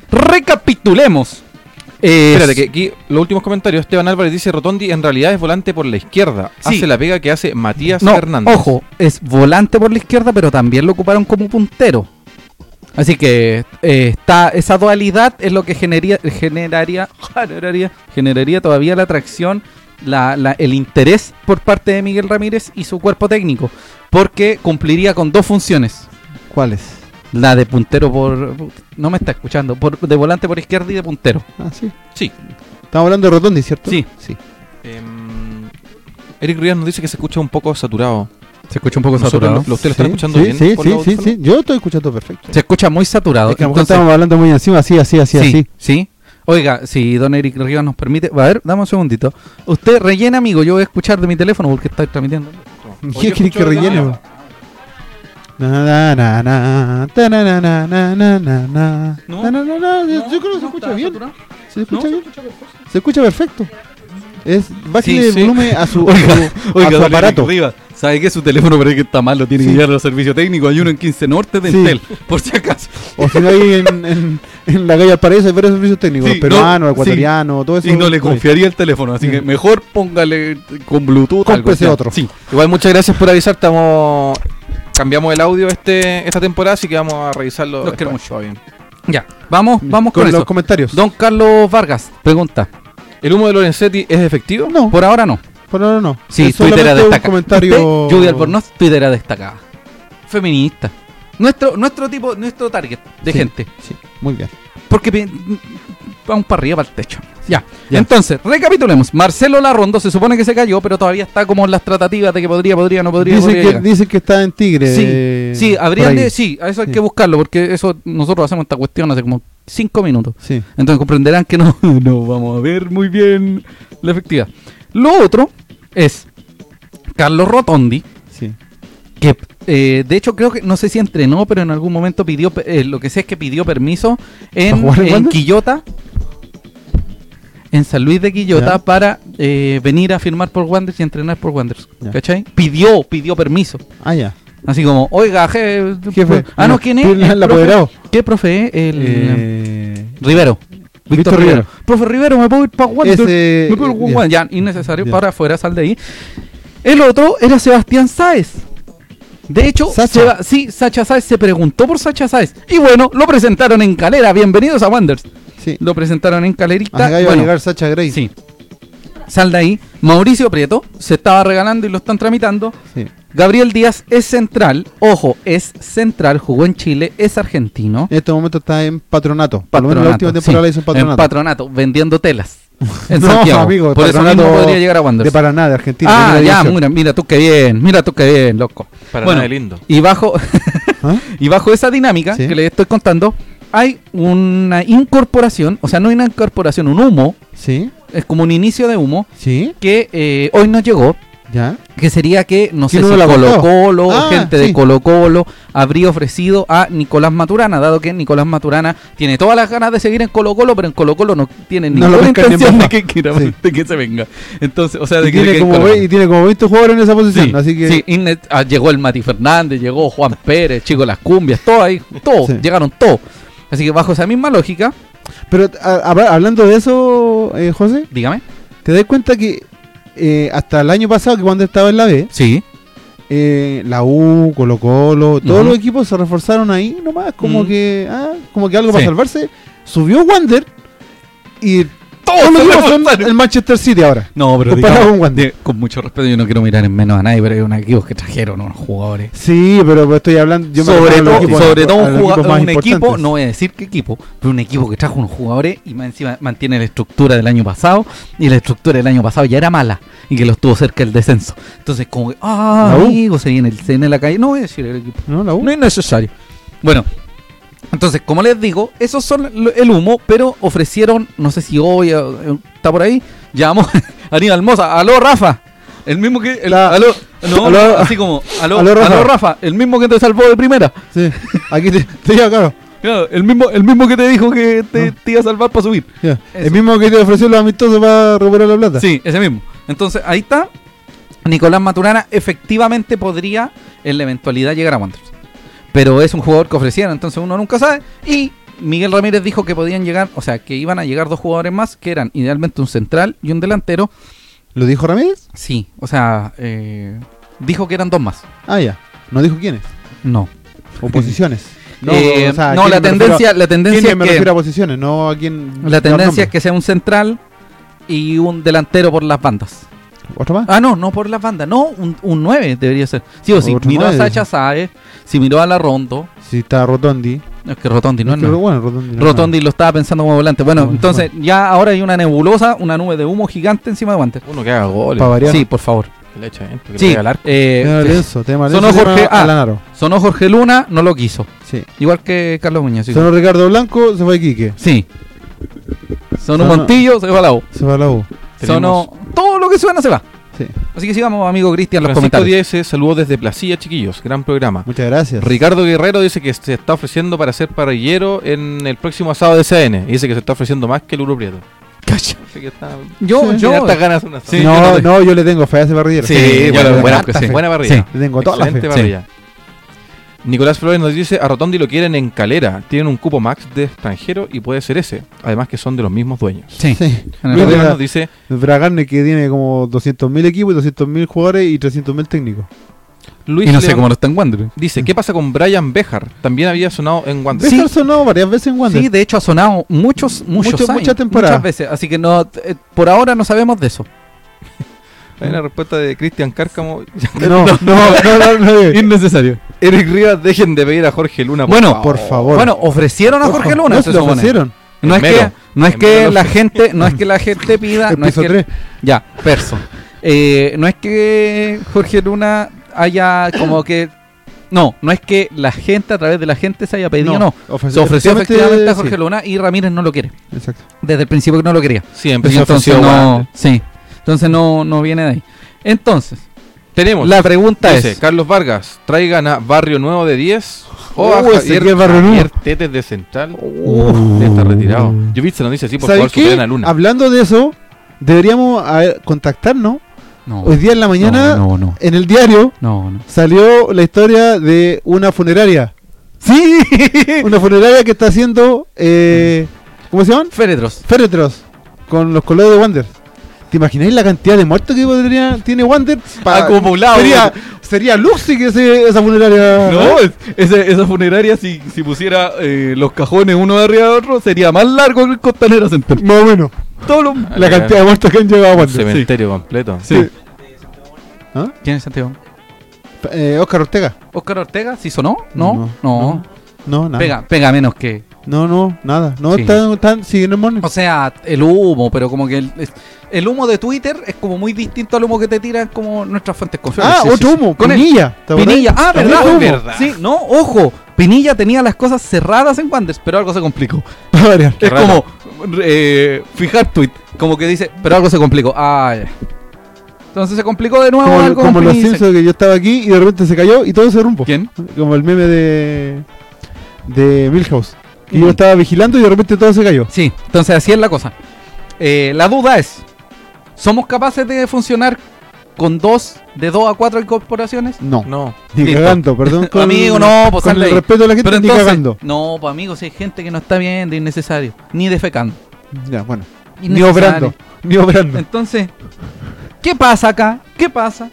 Speaker 2: recapitulemos. Eh,
Speaker 3: Espérate, que aquí los últimos comentarios. Esteban Álvarez dice: Rotondi en realidad es volante por la izquierda.
Speaker 2: Sí.
Speaker 3: Hace la pega que hace Matías
Speaker 2: no,
Speaker 3: Hernández.
Speaker 2: Ojo, es volante por la izquierda, pero también lo ocuparon como puntero. Así que eh, está esa dualidad es lo que generaría, generaría, (laughs) generaría, generaría todavía la atracción, la- la- el interés por parte de Miguel Ramírez y su cuerpo técnico, porque cumpliría con dos funciones.
Speaker 1: ¿Cuáles?
Speaker 2: La de puntero por. No me está escuchando. Por, de volante por izquierda y de puntero.
Speaker 1: Ah, sí.
Speaker 3: Sí.
Speaker 1: Estamos hablando de Rotondi, ¿cierto?
Speaker 2: Sí.
Speaker 1: sí.
Speaker 3: Em, Eric Ríos nos dice que se escucha un poco saturado.
Speaker 2: Se escucha un poco
Speaker 3: Nosotros
Speaker 2: saturado.
Speaker 3: lo- ¿Usted lo está
Speaker 1: Sí,
Speaker 3: escuchando
Speaker 1: sí,
Speaker 3: bien
Speaker 1: Sí,
Speaker 3: por
Speaker 1: sí,
Speaker 3: los
Speaker 1: sí,
Speaker 3: audífonos?
Speaker 1: sí. Yo estoy escuchando perfecto.
Speaker 2: Se escucha muy saturado.
Speaker 1: Es que a lo mejor
Speaker 2: Entonces,
Speaker 1: estamos hablando muy encima, así, así, así,
Speaker 2: sí,
Speaker 1: así.
Speaker 2: sí. Oiga, si don Eric Rivas nos permite. A ver, dame un segundito. Usted rellena, amigo. Yo voy a escuchar de mi teléfono porque estoy transmitiendo.
Speaker 1: ¿Qué quieres que rellene? bro? Na, na, na, na, ta, na, na, na, na, na, na, na.
Speaker 2: No,
Speaker 1: Na, na, na, na, Yo creo que se escucha bien. Se escucha bien. Se escucha perfecto. Es bájale
Speaker 2: Sí,
Speaker 1: el
Speaker 2: sí.
Speaker 1: volumen a su, a
Speaker 2: Oiga,
Speaker 1: su- a
Speaker 2: Oiga,
Speaker 1: su
Speaker 2: don
Speaker 1: aparato.
Speaker 2: Eric Rivas, ¿sabe que su teléfono parece que está mal? Lo tiene que
Speaker 1: Sí.
Speaker 2: llevar al servicio técnico. Hay uno en 15 Norte de
Speaker 1: Sí.
Speaker 2: Entel, por si acaso.
Speaker 1: (laughs) O si no hay en, en, en la calle Valparaíso hay varios servicios técnicos,
Speaker 2: Sí,
Speaker 1: los peruanos,
Speaker 2: no,
Speaker 1: los ecuatorianos, todo eso. pues,
Speaker 2: Y no le
Speaker 1: Oye,
Speaker 2: confiaría el teléfono, así que mejor póngale con Bluetooth.
Speaker 1: Cómprese
Speaker 2: algo así.
Speaker 1: otro.
Speaker 2: Sí.
Speaker 3: Igual, muchas gracias por avisar. Estamos. Cambiamos el audio este esta temporada, así que vamos a revisarlo.
Speaker 2: Los
Speaker 3: después.
Speaker 2: quiero mucho.
Speaker 3: Está bien.
Speaker 2: Ya, vamos, vamos con,
Speaker 1: los
Speaker 2: eso.
Speaker 1: comentarios.
Speaker 2: Don Carlos Vargas pregunta.
Speaker 3: ¿El humo de Lorenzetti es efectivo?
Speaker 1: No, por,
Speaker 2: Por ahora no.
Speaker 1: ahora no.
Speaker 2: Sí, Twitter
Speaker 1: Es Eh, solamente un
Speaker 2: destacada.
Speaker 1: comentario.
Speaker 2: Usted, Lluvia Albornoz, Twitter destacada. Feminista. Nuestro, nuestro tipo, nuestro target de
Speaker 1: Sí.
Speaker 2: gente.
Speaker 1: Sí, muy bien.
Speaker 2: Porque pi- vamos para arriba, para el techo. Ya.
Speaker 1: Ya.
Speaker 2: Entonces, recapitulemos. Marcelo Larrondo se supone que se cayó, pero todavía está como en las tratativas de que podría, podría, no podría.
Speaker 1: Dicen
Speaker 2: podría
Speaker 1: que,
Speaker 2: llegar.
Speaker 1: dicen que está en Tigre.
Speaker 2: Sí,
Speaker 1: eh,
Speaker 2: sí,
Speaker 1: por
Speaker 2: habrían
Speaker 1: ahí.
Speaker 2: de, sí, a eso hay
Speaker 1: Sí.
Speaker 2: que buscarlo, porque eso nosotros hacemos esta cuestión hace como cinco minutos.
Speaker 1: Sí.
Speaker 2: Entonces comprenderán que no, (laughs) no vamos a ver muy bien la efectividad. Lo otro es Carlos Rotondi,
Speaker 1: Sí.
Speaker 2: que eh, de hecho creo que, no sé si entrenó, pero en algún momento pidió, pe- eh, lo que sé es que pidió permiso
Speaker 1: ¿Para
Speaker 2: en,
Speaker 1: jugar en
Speaker 2: en
Speaker 1: Wander?
Speaker 2: Quillota en San Luis de Quillota
Speaker 1: Ya.
Speaker 2: para eh, venir a firmar por Wanderers y entrenar por Wanderers.
Speaker 1: Ya.
Speaker 2: ¿Cachai? Pidió, pidió permiso.
Speaker 1: Ah, ya.
Speaker 2: Así como, oiga, je-
Speaker 1: Jefe,
Speaker 2: Ah, no, ¿quién es?
Speaker 1: ¿quién es el
Speaker 2: profe-
Speaker 1: apoderado?
Speaker 2: ¿Qué profe es? El
Speaker 1: Eh,
Speaker 2: Rivero. Víctor
Speaker 1: Víctor
Speaker 2: Rivero.
Speaker 1: Rivero.
Speaker 2: Profe Rivero, me puedo ir para Wanderers.
Speaker 1: Ese- eh,
Speaker 2: Me puedo ir pa'
Speaker 1: ya.
Speaker 2: Wanderers. Ya, innecesario,
Speaker 1: Ya.
Speaker 2: para afuera, sal de ahí. El otro era Sebastián Sáez. De hecho,
Speaker 1: Sacha.
Speaker 2: Seba- sí, Sacha Sáez se preguntó por Sacha Sáez. Y bueno, lo presentaron en Calera. Bienvenidos a Wanderers.
Speaker 1: sí.
Speaker 2: Lo presentaron en Calerita.
Speaker 1: Acá iba a
Speaker 2: Bueno,
Speaker 1: llegar Sacha Gray.
Speaker 2: Sí. Sal de ahí. Mauricio Prieto se estaba regalando y lo están tramitando.
Speaker 1: Sí.
Speaker 2: Gabriel Díaz es central. Ojo, es central. Jugó en Chile. Es argentino.
Speaker 1: En este momento está en patronato. Por lo menos
Speaker 2: Patronato,
Speaker 1: la última temporada
Speaker 2: sí,
Speaker 1: la hizo en patronato.
Speaker 2: En patronato, vendiendo
Speaker 1: (laughs)
Speaker 2: telas. En
Speaker 1: No,
Speaker 2: Santiago.
Speaker 1: amigo,
Speaker 2: Por eso
Speaker 1: Patronato
Speaker 2: mismo podría llegar a
Speaker 1: De
Speaker 2: Wanderers.
Speaker 1: Paraná, de Argentina.
Speaker 2: Ah,
Speaker 1: primera
Speaker 2: ya,
Speaker 1: división.
Speaker 2: mira, mira tú qué bien, mira tú qué bien, loco.
Speaker 3: Para
Speaker 2: Bueno,
Speaker 3: nada lindo.
Speaker 2: Y bajo, (laughs)
Speaker 1: ¿Ah?
Speaker 2: y bajo esa dinámica
Speaker 1: Sí.
Speaker 2: que les estoy contando, hay una incorporación, o sea, no hay una incorporación, un humo,
Speaker 1: Sí,
Speaker 2: es como un inicio de humo,
Speaker 1: sí,
Speaker 2: que eh, hoy nos llegó,
Speaker 1: ya.
Speaker 2: que sería que, no sé
Speaker 1: ¿Quién
Speaker 2: si
Speaker 1: no la
Speaker 2: Colo
Speaker 1: contó?
Speaker 2: Colo,
Speaker 1: Ah,
Speaker 2: gente de
Speaker 1: sí.
Speaker 2: Colo Colo, habría ofrecido a Nicolás Maturana, dado que Nicolás Maturana tiene todas las ganas de seguir en Colo Colo, pero en Colo Colo no tiene
Speaker 1: No
Speaker 2: ninguna
Speaker 1: lo pescan ni en
Speaker 2: intención de
Speaker 1: baja.
Speaker 2: que, quiera-
Speaker 1: Sí.
Speaker 2: (laughs) de que se venga. Entonces, o sea, de
Speaker 1: Y
Speaker 2: que se quede
Speaker 1: tiene,
Speaker 2: en
Speaker 1: como
Speaker 2: Colo-Colo.
Speaker 1: ve- y tiene como 20 jugadores en esa posición.
Speaker 2: Sí,
Speaker 1: así que
Speaker 2: sí, Inne- ah, llegó el Mati Fernández, llegó Juan Pérez, Chico Las Cumbias, todo ahí, todo,
Speaker 1: Sí.
Speaker 2: llegaron todos. Así que bajo esa misma lógica,
Speaker 1: Pero a- a- hablando de eso, eh, José,
Speaker 2: dígame.
Speaker 1: ¿te das cuenta que eh, hasta el año pasado, que cuando estaba en la B,
Speaker 2: Sí.
Speaker 1: eh, la U, Colo Colo, todos
Speaker 2: Ujú.
Speaker 1: los equipos se reforzaron ahí nomás, como
Speaker 2: Mm.
Speaker 1: que ah, como que algo
Speaker 2: Sí.
Speaker 1: para salvarse. Subió Wander y todos los
Speaker 2: se
Speaker 1: equipos son
Speaker 2: reforzaron.
Speaker 1: el Manchester City ahora.
Speaker 2: No, pero
Speaker 1: Comparado
Speaker 2: digamos,
Speaker 1: con Wander.
Speaker 2: de- con mucho respeto, yo no quiero mirar en menos a nadie, pero hay unos equipos que trajeron unos jugadores
Speaker 1: Sí, pero pues, estoy hablando. Yo me
Speaker 2: sobre
Speaker 1: refiero a
Speaker 2: todo,
Speaker 1: los equipos-
Speaker 2: sobre todo
Speaker 1: a
Speaker 2: un,
Speaker 1: los
Speaker 2: juga-
Speaker 1: equipos más
Speaker 2: un equipo,
Speaker 1: importantes.
Speaker 2: no voy a decir qué equipo, pero un equipo que trajo unos jugadores y más encima mantiene la estructura del año pasado y la estructura del año pasado ya era mala y que los tuvo cerca del descenso. Entonces, como que, ah,
Speaker 1: ¿La U?
Speaker 2: amigo, se viene el se viene la calle. No voy a decir el equipo,
Speaker 1: No, la U.
Speaker 2: no es necesario. Bueno, entonces, como les digo, esos son lo- el humo, pero ofrecieron, no sé si hoy eh, está por ahí, llamó a (laughs) Aníbal Moza, aló Rafa, el mismo que, el-
Speaker 1: La-
Speaker 2: aló, no,
Speaker 1: aló-
Speaker 2: así como, aló, aló
Speaker 1: aló,
Speaker 2: Rafa.
Speaker 1: Rafa.
Speaker 2: el mismo que te salvó de primera,
Speaker 1: Sí. Aquí te, te lleva, claro.
Speaker 2: Claro, el mismo, el mismo que te dijo que te, te iba a salvar para subir.
Speaker 1: Ya.
Speaker 2: Eso.
Speaker 1: El mismo que te ofreció los amistosos para recuperar la plata.
Speaker 2: Sí, ese mismo. Entonces, ahí está. Nicolás Maturana efectivamente podría, en la eventualidad, llegar a Wanderers. Pero es un jugador que ofrecieron, entonces uno nunca sabe. Y Miguel Ramírez dijo que podían llegar, o sea, que iban a llegar dos jugadores más, que eran idealmente un central y un delantero.
Speaker 1: ¿Lo dijo Ramírez?
Speaker 2: Sí, o sea, eh, dijo que eran dos más.
Speaker 1: Ah, ya. No dijo quiénes.
Speaker 2: No.
Speaker 1: O (laughs) posiciones.
Speaker 2: Eh,
Speaker 1: o sea,
Speaker 2: no,
Speaker 1: ¿quién
Speaker 2: la
Speaker 1: me refiero a-
Speaker 2: tendencia, la tendencia
Speaker 1: ¿quién
Speaker 2: es
Speaker 1: me
Speaker 2: que...
Speaker 1: refiero a posiciones, no a quién.
Speaker 2: La
Speaker 1: dar
Speaker 2: tendencia
Speaker 1: nombre?
Speaker 2: es que sea un central y un delantero por las bandas.
Speaker 1: ¿Otro más?
Speaker 2: Ah, no, no por las bandas. No, un, un 9 debería ser. Sí, o si
Speaker 1: Otro
Speaker 2: miró a
Speaker 1: nueve.
Speaker 2: Sacha Saez, si miró a la Rondo.
Speaker 1: Si está Rotondi.
Speaker 2: Es que Rotondi no es
Speaker 1: Pero
Speaker 2: nueve.
Speaker 1: bueno, Rotondi. no es
Speaker 2: Rotondi lo estaba pensando como volante. Bueno,
Speaker 1: Bueno,
Speaker 2: entonces ya ahora hay una nebulosa, una nube de humo gigante encima de Guantes.
Speaker 3: Uno que haga goles.
Speaker 1: Para variar.
Speaker 2: Sí, por favor.
Speaker 3: Que le echa adentro, que le
Speaker 2: Sí,
Speaker 3: pegue al arco.
Speaker 2: eh,
Speaker 1: nada. Tema Lorenzo, tema
Speaker 2: Sonó
Speaker 1: Lorenzo, tema
Speaker 2: Jorge ah. A.
Speaker 1: Alanaro.
Speaker 2: sonó Jorge Luna, no lo quiso.
Speaker 1: Sí.
Speaker 2: Igual que Carlos Muñoz. Sí.
Speaker 1: Sonó Ricardo Blanco, se fue a Iquique.
Speaker 2: Sí. Sonó
Speaker 1: Sonó-
Speaker 2: Montillo, se va a la U.
Speaker 1: Se fue a la U.
Speaker 3: Tenemos-
Speaker 2: Sonó. Todo lo que suena se va.
Speaker 1: Sí.
Speaker 2: Así que sigamos, amigo Cristian, los
Speaker 3: Francisco
Speaker 2: comentarios.
Speaker 3: Díez se saludó desde Placilla, chiquillos. Gran programa.
Speaker 1: Muchas gracias.
Speaker 3: Ricardo Guerrero dice que se está ofreciendo para ser parrillero en el próximo asado de CN. Y dice que se está ofreciendo más que el Uru Prieto.
Speaker 2: Cacha.
Speaker 3: Así que está. (laughs)
Speaker 2: Yo,
Speaker 1: Sí.
Speaker 2: yo.
Speaker 3: Tiene hartas ganas de un asado.
Speaker 2: Sí, yo no
Speaker 1: no,
Speaker 2: te-
Speaker 1: no, yo le tengo fe a ese barrillero.
Speaker 3: Sí,
Speaker 2: Sí,
Speaker 3: bueno,
Speaker 2: bueno,
Speaker 3: buena,
Speaker 2: harta fe.
Speaker 3: buena parrilla.
Speaker 1: Le tengo toda la
Speaker 3: Excelente
Speaker 1: fe.
Speaker 3: parrilla. Nicolás Flores nos dice, a Rotondi lo quieren en Calera, tienen un cupo max de extranjero y puede ser ese, además que son de los mismos dueños.
Speaker 2: Sí.
Speaker 1: Sí.
Speaker 2: En el
Speaker 1: Luis
Speaker 3: Rodrigo
Speaker 1: Braga-
Speaker 3: nos dice,
Speaker 1: Bragarne que tiene como 200.000 equipos y 200.000 jugadores y 300.000 técnicos.
Speaker 3: Luis
Speaker 2: Y no sé
Speaker 3: León
Speaker 2: cómo lo están Wanderers.
Speaker 3: dice, ¿qué pasa con Brian Bejar? También había sonado en Wander.
Speaker 1: Béjar sonó varias veces en Wander.
Speaker 2: (laughs) Sí, de hecho ha sonado muchos, muchos
Speaker 1: Mucho-
Speaker 2: años,
Speaker 1: muchas temporadas.
Speaker 2: Muchas veces, así que no, eh, por ahora no sabemos de eso.
Speaker 3: Hay una respuesta de Cristian Cárcamo. (laughs)
Speaker 1: No, no, no, no, no, no.
Speaker 2: Innecesario.
Speaker 3: Eric Rivas, dejen de pedir a Jorge Luna. por
Speaker 2: Bueno,
Speaker 3: favor.
Speaker 1: Por favor.
Speaker 2: Bueno, ofrecieron a Jorge Luna,
Speaker 1: No,
Speaker 2: se
Speaker 1: se lo
Speaker 2: supone.
Speaker 1: ofrecieron.
Speaker 2: No es que,
Speaker 3: Primero.
Speaker 2: no es que
Speaker 3: Primero
Speaker 2: la
Speaker 1: (laughs)
Speaker 3: lo-
Speaker 2: gente, no es que la gente pida,
Speaker 1: El
Speaker 2: Ah, no es
Speaker 1: piso
Speaker 2: que-
Speaker 1: 3.
Speaker 2: ya, perso. Eh, no es que Jorge Luna haya como que no, no es que la gente a través de la gente se haya pedido, no. Se ofreció efectivamente a Jorge Luna y Ramírez no lo quiere.
Speaker 1: Luna. Exacto.
Speaker 2: Desde el principio que no lo quería.
Speaker 3: Siempre se
Speaker 2: Entonces
Speaker 3: ofreció
Speaker 2: no,
Speaker 3: Wander.
Speaker 2: sí. Entonces no, no viene de ahí. Entonces,
Speaker 3: Tenemos,
Speaker 2: La pregunta
Speaker 3: dice
Speaker 2: es.
Speaker 3: Carlos Vargas, traigan a Barrio Nuevo de 10 O a
Speaker 1: Oh, ese
Speaker 3: Javier,
Speaker 1: que es barronudo.
Speaker 3: Javier Tetes de Central.
Speaker 2: Uh,
Speaker 1: Oh.
Speaker 3: Está retirado. Jovic se nos dice así, por favor,
Speaker 1: ¿Sabes qué?
Speaker 3: superen a Luna.
Speaker 1: Hablando de eso, deberíamos a ver, contactarnos.
Speaker 2: No.
Speaker 1: Hoy día en la mañana,
Speaker 2: No, no, no.
Speaker 1: en el diario,
Speaker 2: No, no.
Speaker 1: salió la historia de una funeraria.
Speaker 2: (laughs) ¡Sí!
Speaker 1: Una funeraria que está haciendo. eh, ¿Cómo se llaman?
Speaker 2: Féretros.
Speaker 1: Féretros. Con los colores de Wander. ¿Te imagináis la cantidad de muertos que podría, tiene Wander? Pa-
Speaker 2: Acumulado.
Speaker 1: Sería, sería Luxi que ese- esa funeraria.
Speaker 2: No, es- esa, Pues, esa funeraria, si, si pusiera eh, los cajones uno arriba de otro, sería más largo que el Costanera Central.
Speaker 1: Más o menos.
Speaker 2: Todo lo-
Speaker 1: La cantidad de muertos que han llegado a
Speaker 3: Un
Speaker 1: Wander.
Speaker 3: cementerio completo.
Speaker 2: Sí.
Speaker 1: ¿Ah?
Speaker 2: ¿Quién es Santiago?
Speaker 1: Eh, Oscar Ortega.
Speaker 2: ¿Oscar Ortega? ¿Sí sonó? No, no.
Speaker 1: No, nada.
Speaker 2: Pega, pega menos que.
Speaker 1: No, no, nada. No,
Speaker 2: Sí.
Speaker 1: están, están siguiendo el mono.
Speaker 2: O sea, el humo, pero como que el, es- el humo de Twitter es como muy distinto al humo que te tiran como nuestras fuentes confiables.
Speaker 1: Ah,
Speaker 2: Sí, sí,
Speaker 1: otro
Speaker 2: sí.
Speaker 1: humo.
Speaker 2: Con
Speaker 1: Con
Speaker 2: él.
Speaker 1: Pinilla. ¿te acordás?
Speaker 2: Pinilla, ah,
Speaker 1: También
Speaker 2: verdad,
Speaker 1: humo.
Speaker 2: verdad.
Speaker 1: (laughs)
Speaker 2: Sí, no, ojo, Pinilla tenía las cosas cerradas en Wanders, pero algo se complicó.
Speaker 1: Para variar.
Speaker 3: Qué
Speaker 2: es
Speaker 3: raro.
Speaker 2: como eh, fijar tweet, como que dice, pero algo se complicó. Ah, ya. Entonces se complicó de nuevo
Speaker 1: Como,
Speaker 2: algo.
Speaker 1: como
Speaker 2: con
Speaker 1: los
Speaker 2: Pinilla.
Speaker 1: Simpsons que yo estaba aquí y de repente se cayó y todo se rumbo.
Speaker 2: ¿Quién?
Speaker 1: Como el meme de. de Milhouse. Y
Speaker 2: Mm.
Speaker 1: yo estaba vigilando y de repente todo se cayó.
Speaker 2: Sí, entonces así es la cosa. Eh, la duda es, ¿somos capaces de funcionar con dos, de dos a cuatro incorporaciones?
Speaker 1: No.
Speaker 3: No.
Speaker 1: Ni
Speaker 2: Listo.
Speaker 1: cagando,
Speaker 2: (laughs)
Speaker 1: perdón. Con,
Speaker 2: Amigo, no, pues
Speaker 1: con
Speaker 2: sale
Speaker 1: el
Speaker 2: ahí.
Speaker 1: respeto de la gente, ni cagando.
Speaker 2: no, pues amigos, si hay gente que no está viendo, innecesario, ni defecando.
Speaker 1: Ya, bueno. Ni
Speaker 2: innecesario.
Speaker 1: obrando. Ni obrando.
Speaker 2: Entonces, ¿qué pasa acá? ¿Qué pasa?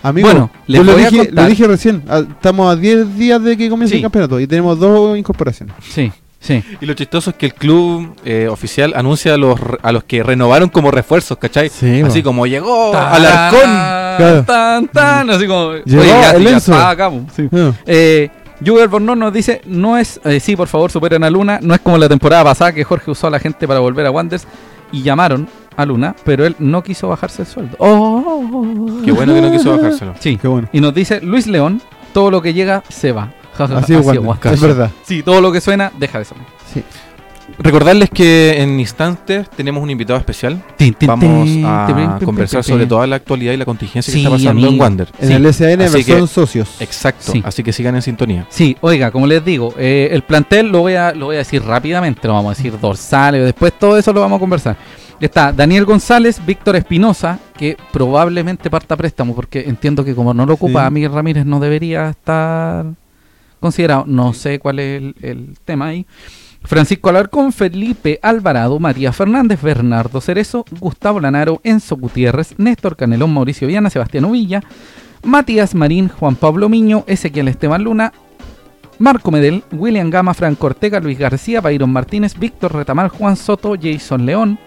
Speaker 1: Amigo,
Speaker 2: Bueno, les
Speaker 1: yo lo
Speaker 2: voy a
Speaker 1: dije,
Speaker 2: contar.
Speaker 1: lo dije recién. a- estamos a 10 días de que comience
Speaker 2: Sí.
Speaker 1: el campeonato y tenemos dos incorporaciones.
Speaker 2: Sí, sí.
Speaker 3: Y lo chistoso es que el club eh, oficial anuncia a los, re- a los que renovaron como refuerzos, ¿cachai?
Speaker 1: Sí,
Speaker 3: Así
Speaker 1: bueno.
Speaker 3: como llegó
Speaker 2: Tan,
Speaker 3: Alarcón.
Speaker 1: Claro.
Speaker 2: Tan, tan, así como...
Speaker 1: Llegó el
Speaker 2: ya
Speaker 1: Enzo.
Speaker 2: está acá, po. Sí.
Speaker 1: Ah.
Speaker 2: Eh, Juve Albornoz nos dice, no es, eh, sí, por favor, superen a Luna. No es como la temporada pasada que Jorge usó a la gente para volver a Wanders y llamaron a Luna, pero él no quiso bajarse el sueldo. Oh.
Speaker 3: Qué bueno que no quiso bajárselo.
Speaker 2: Sí.
Speaker 1: Qué bueno.
Speaker 2: Y nos dice Luis León, todo lo que llega se va. Ja, ja, ja,
Speaker 1: Así
Speaker 2: Ah, así
Speaker 1: es,
Speaker 2: es,
Speaker 1: Wander,
Speaker 2: Wander.
Speaker 1: es verdad.
Speaker 2: Sí, todo lo que suena deja de sonar.
Speaker 1: Sí.
Speaker 3: Recordarles que en instantes tenemos un invitado especial. Vamos a conversar sobre toda la actualidad y la contingencia
Speaker 2: Sí,
Speaker 3: que está pasando en
Speaker 2: amigo.
Speaker 3: Wander.
Speaker 1: En
Speaker 2: Sí. eh,
Speaker 1: el SAN
Speaker 3: Así
Speaker 1: versión
Speaker 3: que-
Speaker 1: socios.
Speaker 3: Exacto.
Speaker 2: Sí.
Speaker 3: Así que sigan en sintonía.
Speaker 2: Sí, oiga, como les digo, eh, el plantel lo voy, a, lo voy a decir rápidamente, lo vamos a decir dorsales, después todo eso lo vamos a conversar. Está Daniel González, Víctor Espinosa, que probablemente parta a préstamo, porque entiendo que como no lo ocupa
Speaker 1: Sí.
Speaker 2: Miguel Ramírez no debería estar considerado. No sé cuál es el, el tema ahí. Francisco Alarcón, Felipe Alvarado, María Fernández, Bernardo Cerezo, Gustavo Lanaro, Enzo Gutiérrez, Néstor Canelón, Mauricio Viana, Sebastián Ovilla, Matías Marín, Juan Pablo Miño, Ezequiel Esteban Luna, Marco Medel, William Gama, Franco Ortega, Luis García, Byron Martínez, Víctor Retamal, Juan Soto, Jason León,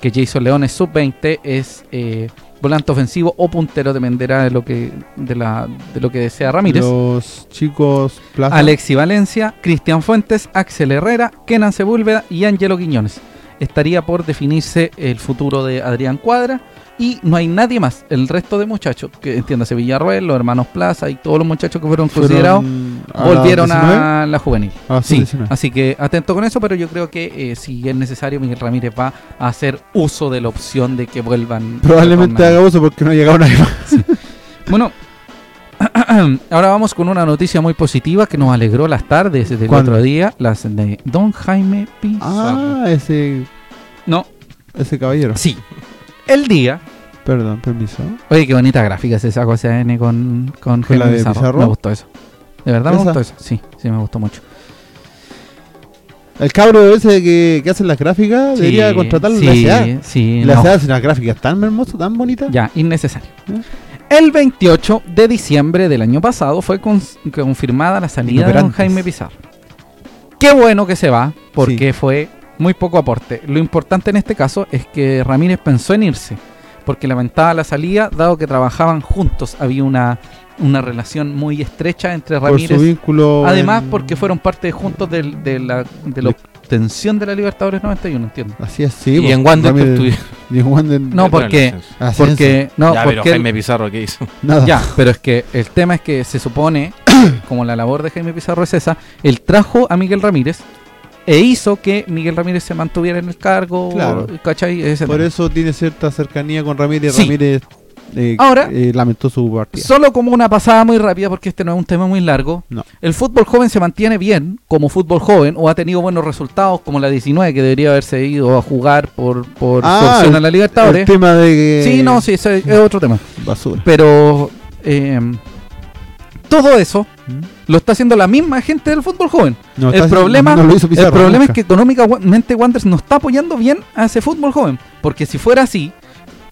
Speaker 2: que Jason León es sub-20, es eh, volante ofensivo o puntero, dependerá de lo que, de la, de lo que desea Ramírez.
Speaker 1: Los chicos Plaza.
Speaker 2: Alexi Valencia, Cristian Fuentes, Axel Herrera, Kenan Sebúlveda y Angelo Quiñones. Estaría por definirse el futuro de Adrián Cuadra y no hay nadie más. El resto de muchachos, que entiéndase Villarroel, los hermanos Plaza y todos los muchachos que fueron
Speaker 1: Fueron
Speaker 2: considerados,
Speaker 1: a
Speaker 2: volvieron
Speaker 1: la Ah, 19,
Speaker 2: a la juvenil.
Speaker 1: a la
Speaker 2: Sí,
Speaker 1: 19.
Speaker 2: así que atento con eso, pero yo creo que eh, si es necesario, Miguel Ramírez va a hacer uso de la opción de que vuelvan.
Speaker 1: Probablemente haga uso porque no llegaba nadie más.
Speaker 2: Bueno, (clears throat) ahora vamos con una noticia muy positiva que nos alegró las tardes del
Speaker 1: ¿Cuándo?
Speaker 2: otro día, las de Don Jaime Pizarro.
Speaker 1: Ah, ese,
Speaker 2: No,
Speaker 1: ese caballero.
Speaker 2: sí. El día.
Speaker 1: Perdón, permiso.
Speaker 2: Oye, qué bonita gráfica se sacó ese AN con, con
Speaker 1: ¿Con la
Speaker 2: Jaime
Speaker 1: de
Speaker 2: Pizarro.
Speaker 1: Pizarro?
Speaker 2: Me gustó eso. De verdad me
Speaker 1: ¿Esa?
Speaker 2: gustó eso. Sí, sí, me gustó mucho.
Speaker 1: El cabro ese que, que hace las gráficas debería
Speaker 2: Sí,
Speaker 1: contratarlo en
Speaker 2: sí,
Speaker 1: la SEA.
Speaker 2: Sí,
Speaker 1: La
Speaker 2: no.
Speaker 1: SEA hace unas gráficas tan hermosas, tan bonitas.
Speaker 2: Ya, innecesario.
Speaker 1: ¿Eh?
Speaker 2: El 28 de diciembre del año pasado fue cons- confirmada la salida de don
Speaker 1: Inoperantes.
Speaker 2: Jaime Pizarro. Qué bueno que se va, porque fue muy poco aporte. Lo importante en este caso es que Ramírez pensó en irse, porque lamentaba la salida, dado que trabajaban juntos. Había una, una relación muy estrecha entre
Speaker 1: por su
Speaker 2: Ramírez.
Speaker 1: vínculo.
Speaker 2: Además,
Speaker 1: en-
Speaker 2: porque fueron parte juntos del- de, la, de la
Speaker 1: De-
Speaker 2: obtención de la Libertadores 91, entiendo.
Speaker 1: Así es, sí.
Speaker 3: Y
Speaker 1: pues,
Speaker 3: en Wander
Speaker 1: Ramírez-
Speaker 3: estuvieron-
Speaker 1: (laughs) Y en Wander. eh,
Speaker 2: No, porque-
Speaker 1: Ascenso.
Speaker 2: Porque, no,
Speaker 3: ya, pero
Speaker 2: porque él-
Speaker 3: Jaime Pizarro,
Speaker 2: (laughs)
Speaker 3: ¿qué hizo?
Speaker 1: Nada.
Speaker 2: Ya, pero es que el tema es que se
Speaker 1: (coughs)
Speaker 2: supone, como la labor de Jaime Pizarro es esa, él trajo a Miguel Ramírez e hizo que Miguel Ramírez se mantuviera en el cargo.
Speaker 1: Claro.
Speaker 2: ¿Cachai? Ese
Speaker 1: Por
Speaker 2: tema.
Speaker 1: eso tiene cierta cercanía con Ramírez.
Speaker 2: Sí.
Speaker 1: Ramírez eh,
Speaker 2: Ahora-
Speaker 1: eh, lamentó su partida.
Speaker 2: Solo como una pasada muy rápida, porque este no es un tema muy largo.
Speaker 1: No.
Speaker 2: El fútbol joven se mantiene bien como fútbol joven o ha tenido buenos resultados como la 19 que debería haberse ido a jugar por, por su opción a la
Speaker 1: Ah, El
Speaker 2: Libertadores.
Speaker 1: tema de que-
Speaker 2: Sí, no, sí, eso es, es otro tema.
Speaker 1: Basura.
Speaker 2: Pero eh, todo eso
Speaker 1: ¿Mm?
Speaker 2: lo está haciendo la misma gente del fútbol joven.
Speaker 1: No,
Speaker 2: el
Speaker 1: está-
Speaker 2: problema,
Speaker 1: no lo hizo Pizarro
Speaker 2: el problema es
Speaker 1: nunca.
Speaker 2: que económicamente Wanderers no está apoyando bien a ese fútbol joven. Porque si fuera así,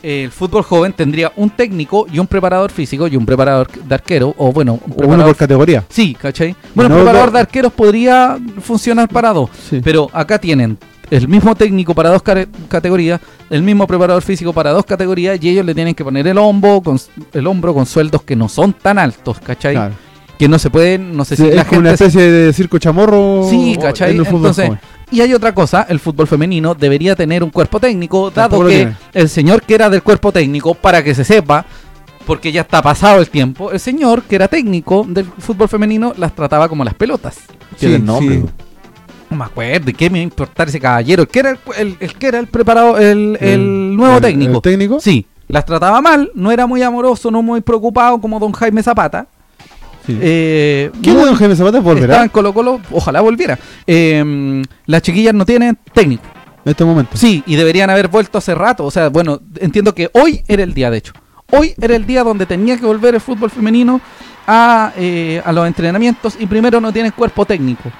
Speaker 2: eh, el fútbol joven tendría un técnico y un preparador físico y un preparador de arquero. O bueno, un
Speaker 1: O uno
Speaker 2: preparador.
Speaker 1: por categoría.
Speaker 2: Sí, ¿cachai? Bueno,
Speaker 1: No,
Speaker 2: un preparador
Speaker 1: no.
Speaker 2: de arqueros podría funcionar para dos.
Speaker 1: Sí.
Speaker 2: Pero acá tienen el mismo técnico para dos care- categorías, el mismo preparador físico para dos categorías, y ellos le tienen que poner el hombro con, el hombro con sueldos que no son tan altos, ¿cachai?
Speaker 1: Claro.
Speaker 2: Que no se pueden, no sé
Speaker 1: Sí,
Speaker 2: si la
Speaker 1: es como una
Speaker 2: gente... se-
Speaker 1: especie de circo chamorro.
Speaker 2: Sí,
Speaker 1: o-
Speaker 2: ¿cachai?
Speaker 1: en el Oh, fútbol
Speaker 2: Entonces,
Speaker 1: joven.
Speaker 2: Y hay otra cosa, el fútbol femenino debería tener un cuerpo técnico, dado
Speaker 1: Tampoco lo
Speaker 2: que
Speaker 1: tiene.
Speaker 2: el señor que era del cuerpo técnico, para que se sepa, porque ya está pasado el tiempo, el señor que era técnico del fútbol femenino las trataba como las pelotas.
Speaker 1: Sí,
Speaker 4: Tiene nombre.
Speaker 1: sí.
Speaker 4: güey.
Speaker 2: No me acuerdo, ¿y ¿qué me iba a importar ese caballero? El que era el, el- el que era el preparado, el, el nuevo
Speaker 1: el-
Speaker 2: técnico.
Speaker 1: el técnico.
Speaker 2: Sí, las trataba mal, no era muy amoroso, no muy preocupado como don Jaime Zapata.
Speaker 1: Sí.
Speaker 2: Eh,
Speaker 1: ¿Quién
Speaker 2: muy-
Speaker 1: de don Jaime Zapata
Speaker 2: estaba
Speaker 1: volverá
Speaker 2: en Colo Colo, ojalá volviera. Eh, las chiquillas no tienen técnico.
Speaker 1: en este momento?
Speaker 2: Sí, y deberían haber vuelto hace rato. O sea, bueno, entiendo que hoy era el día, de hecho. Hoy era el día donde tenía que volver el fútbol femenino a, eh, a los entrenamientos y primero no tienen cuerpo técnico.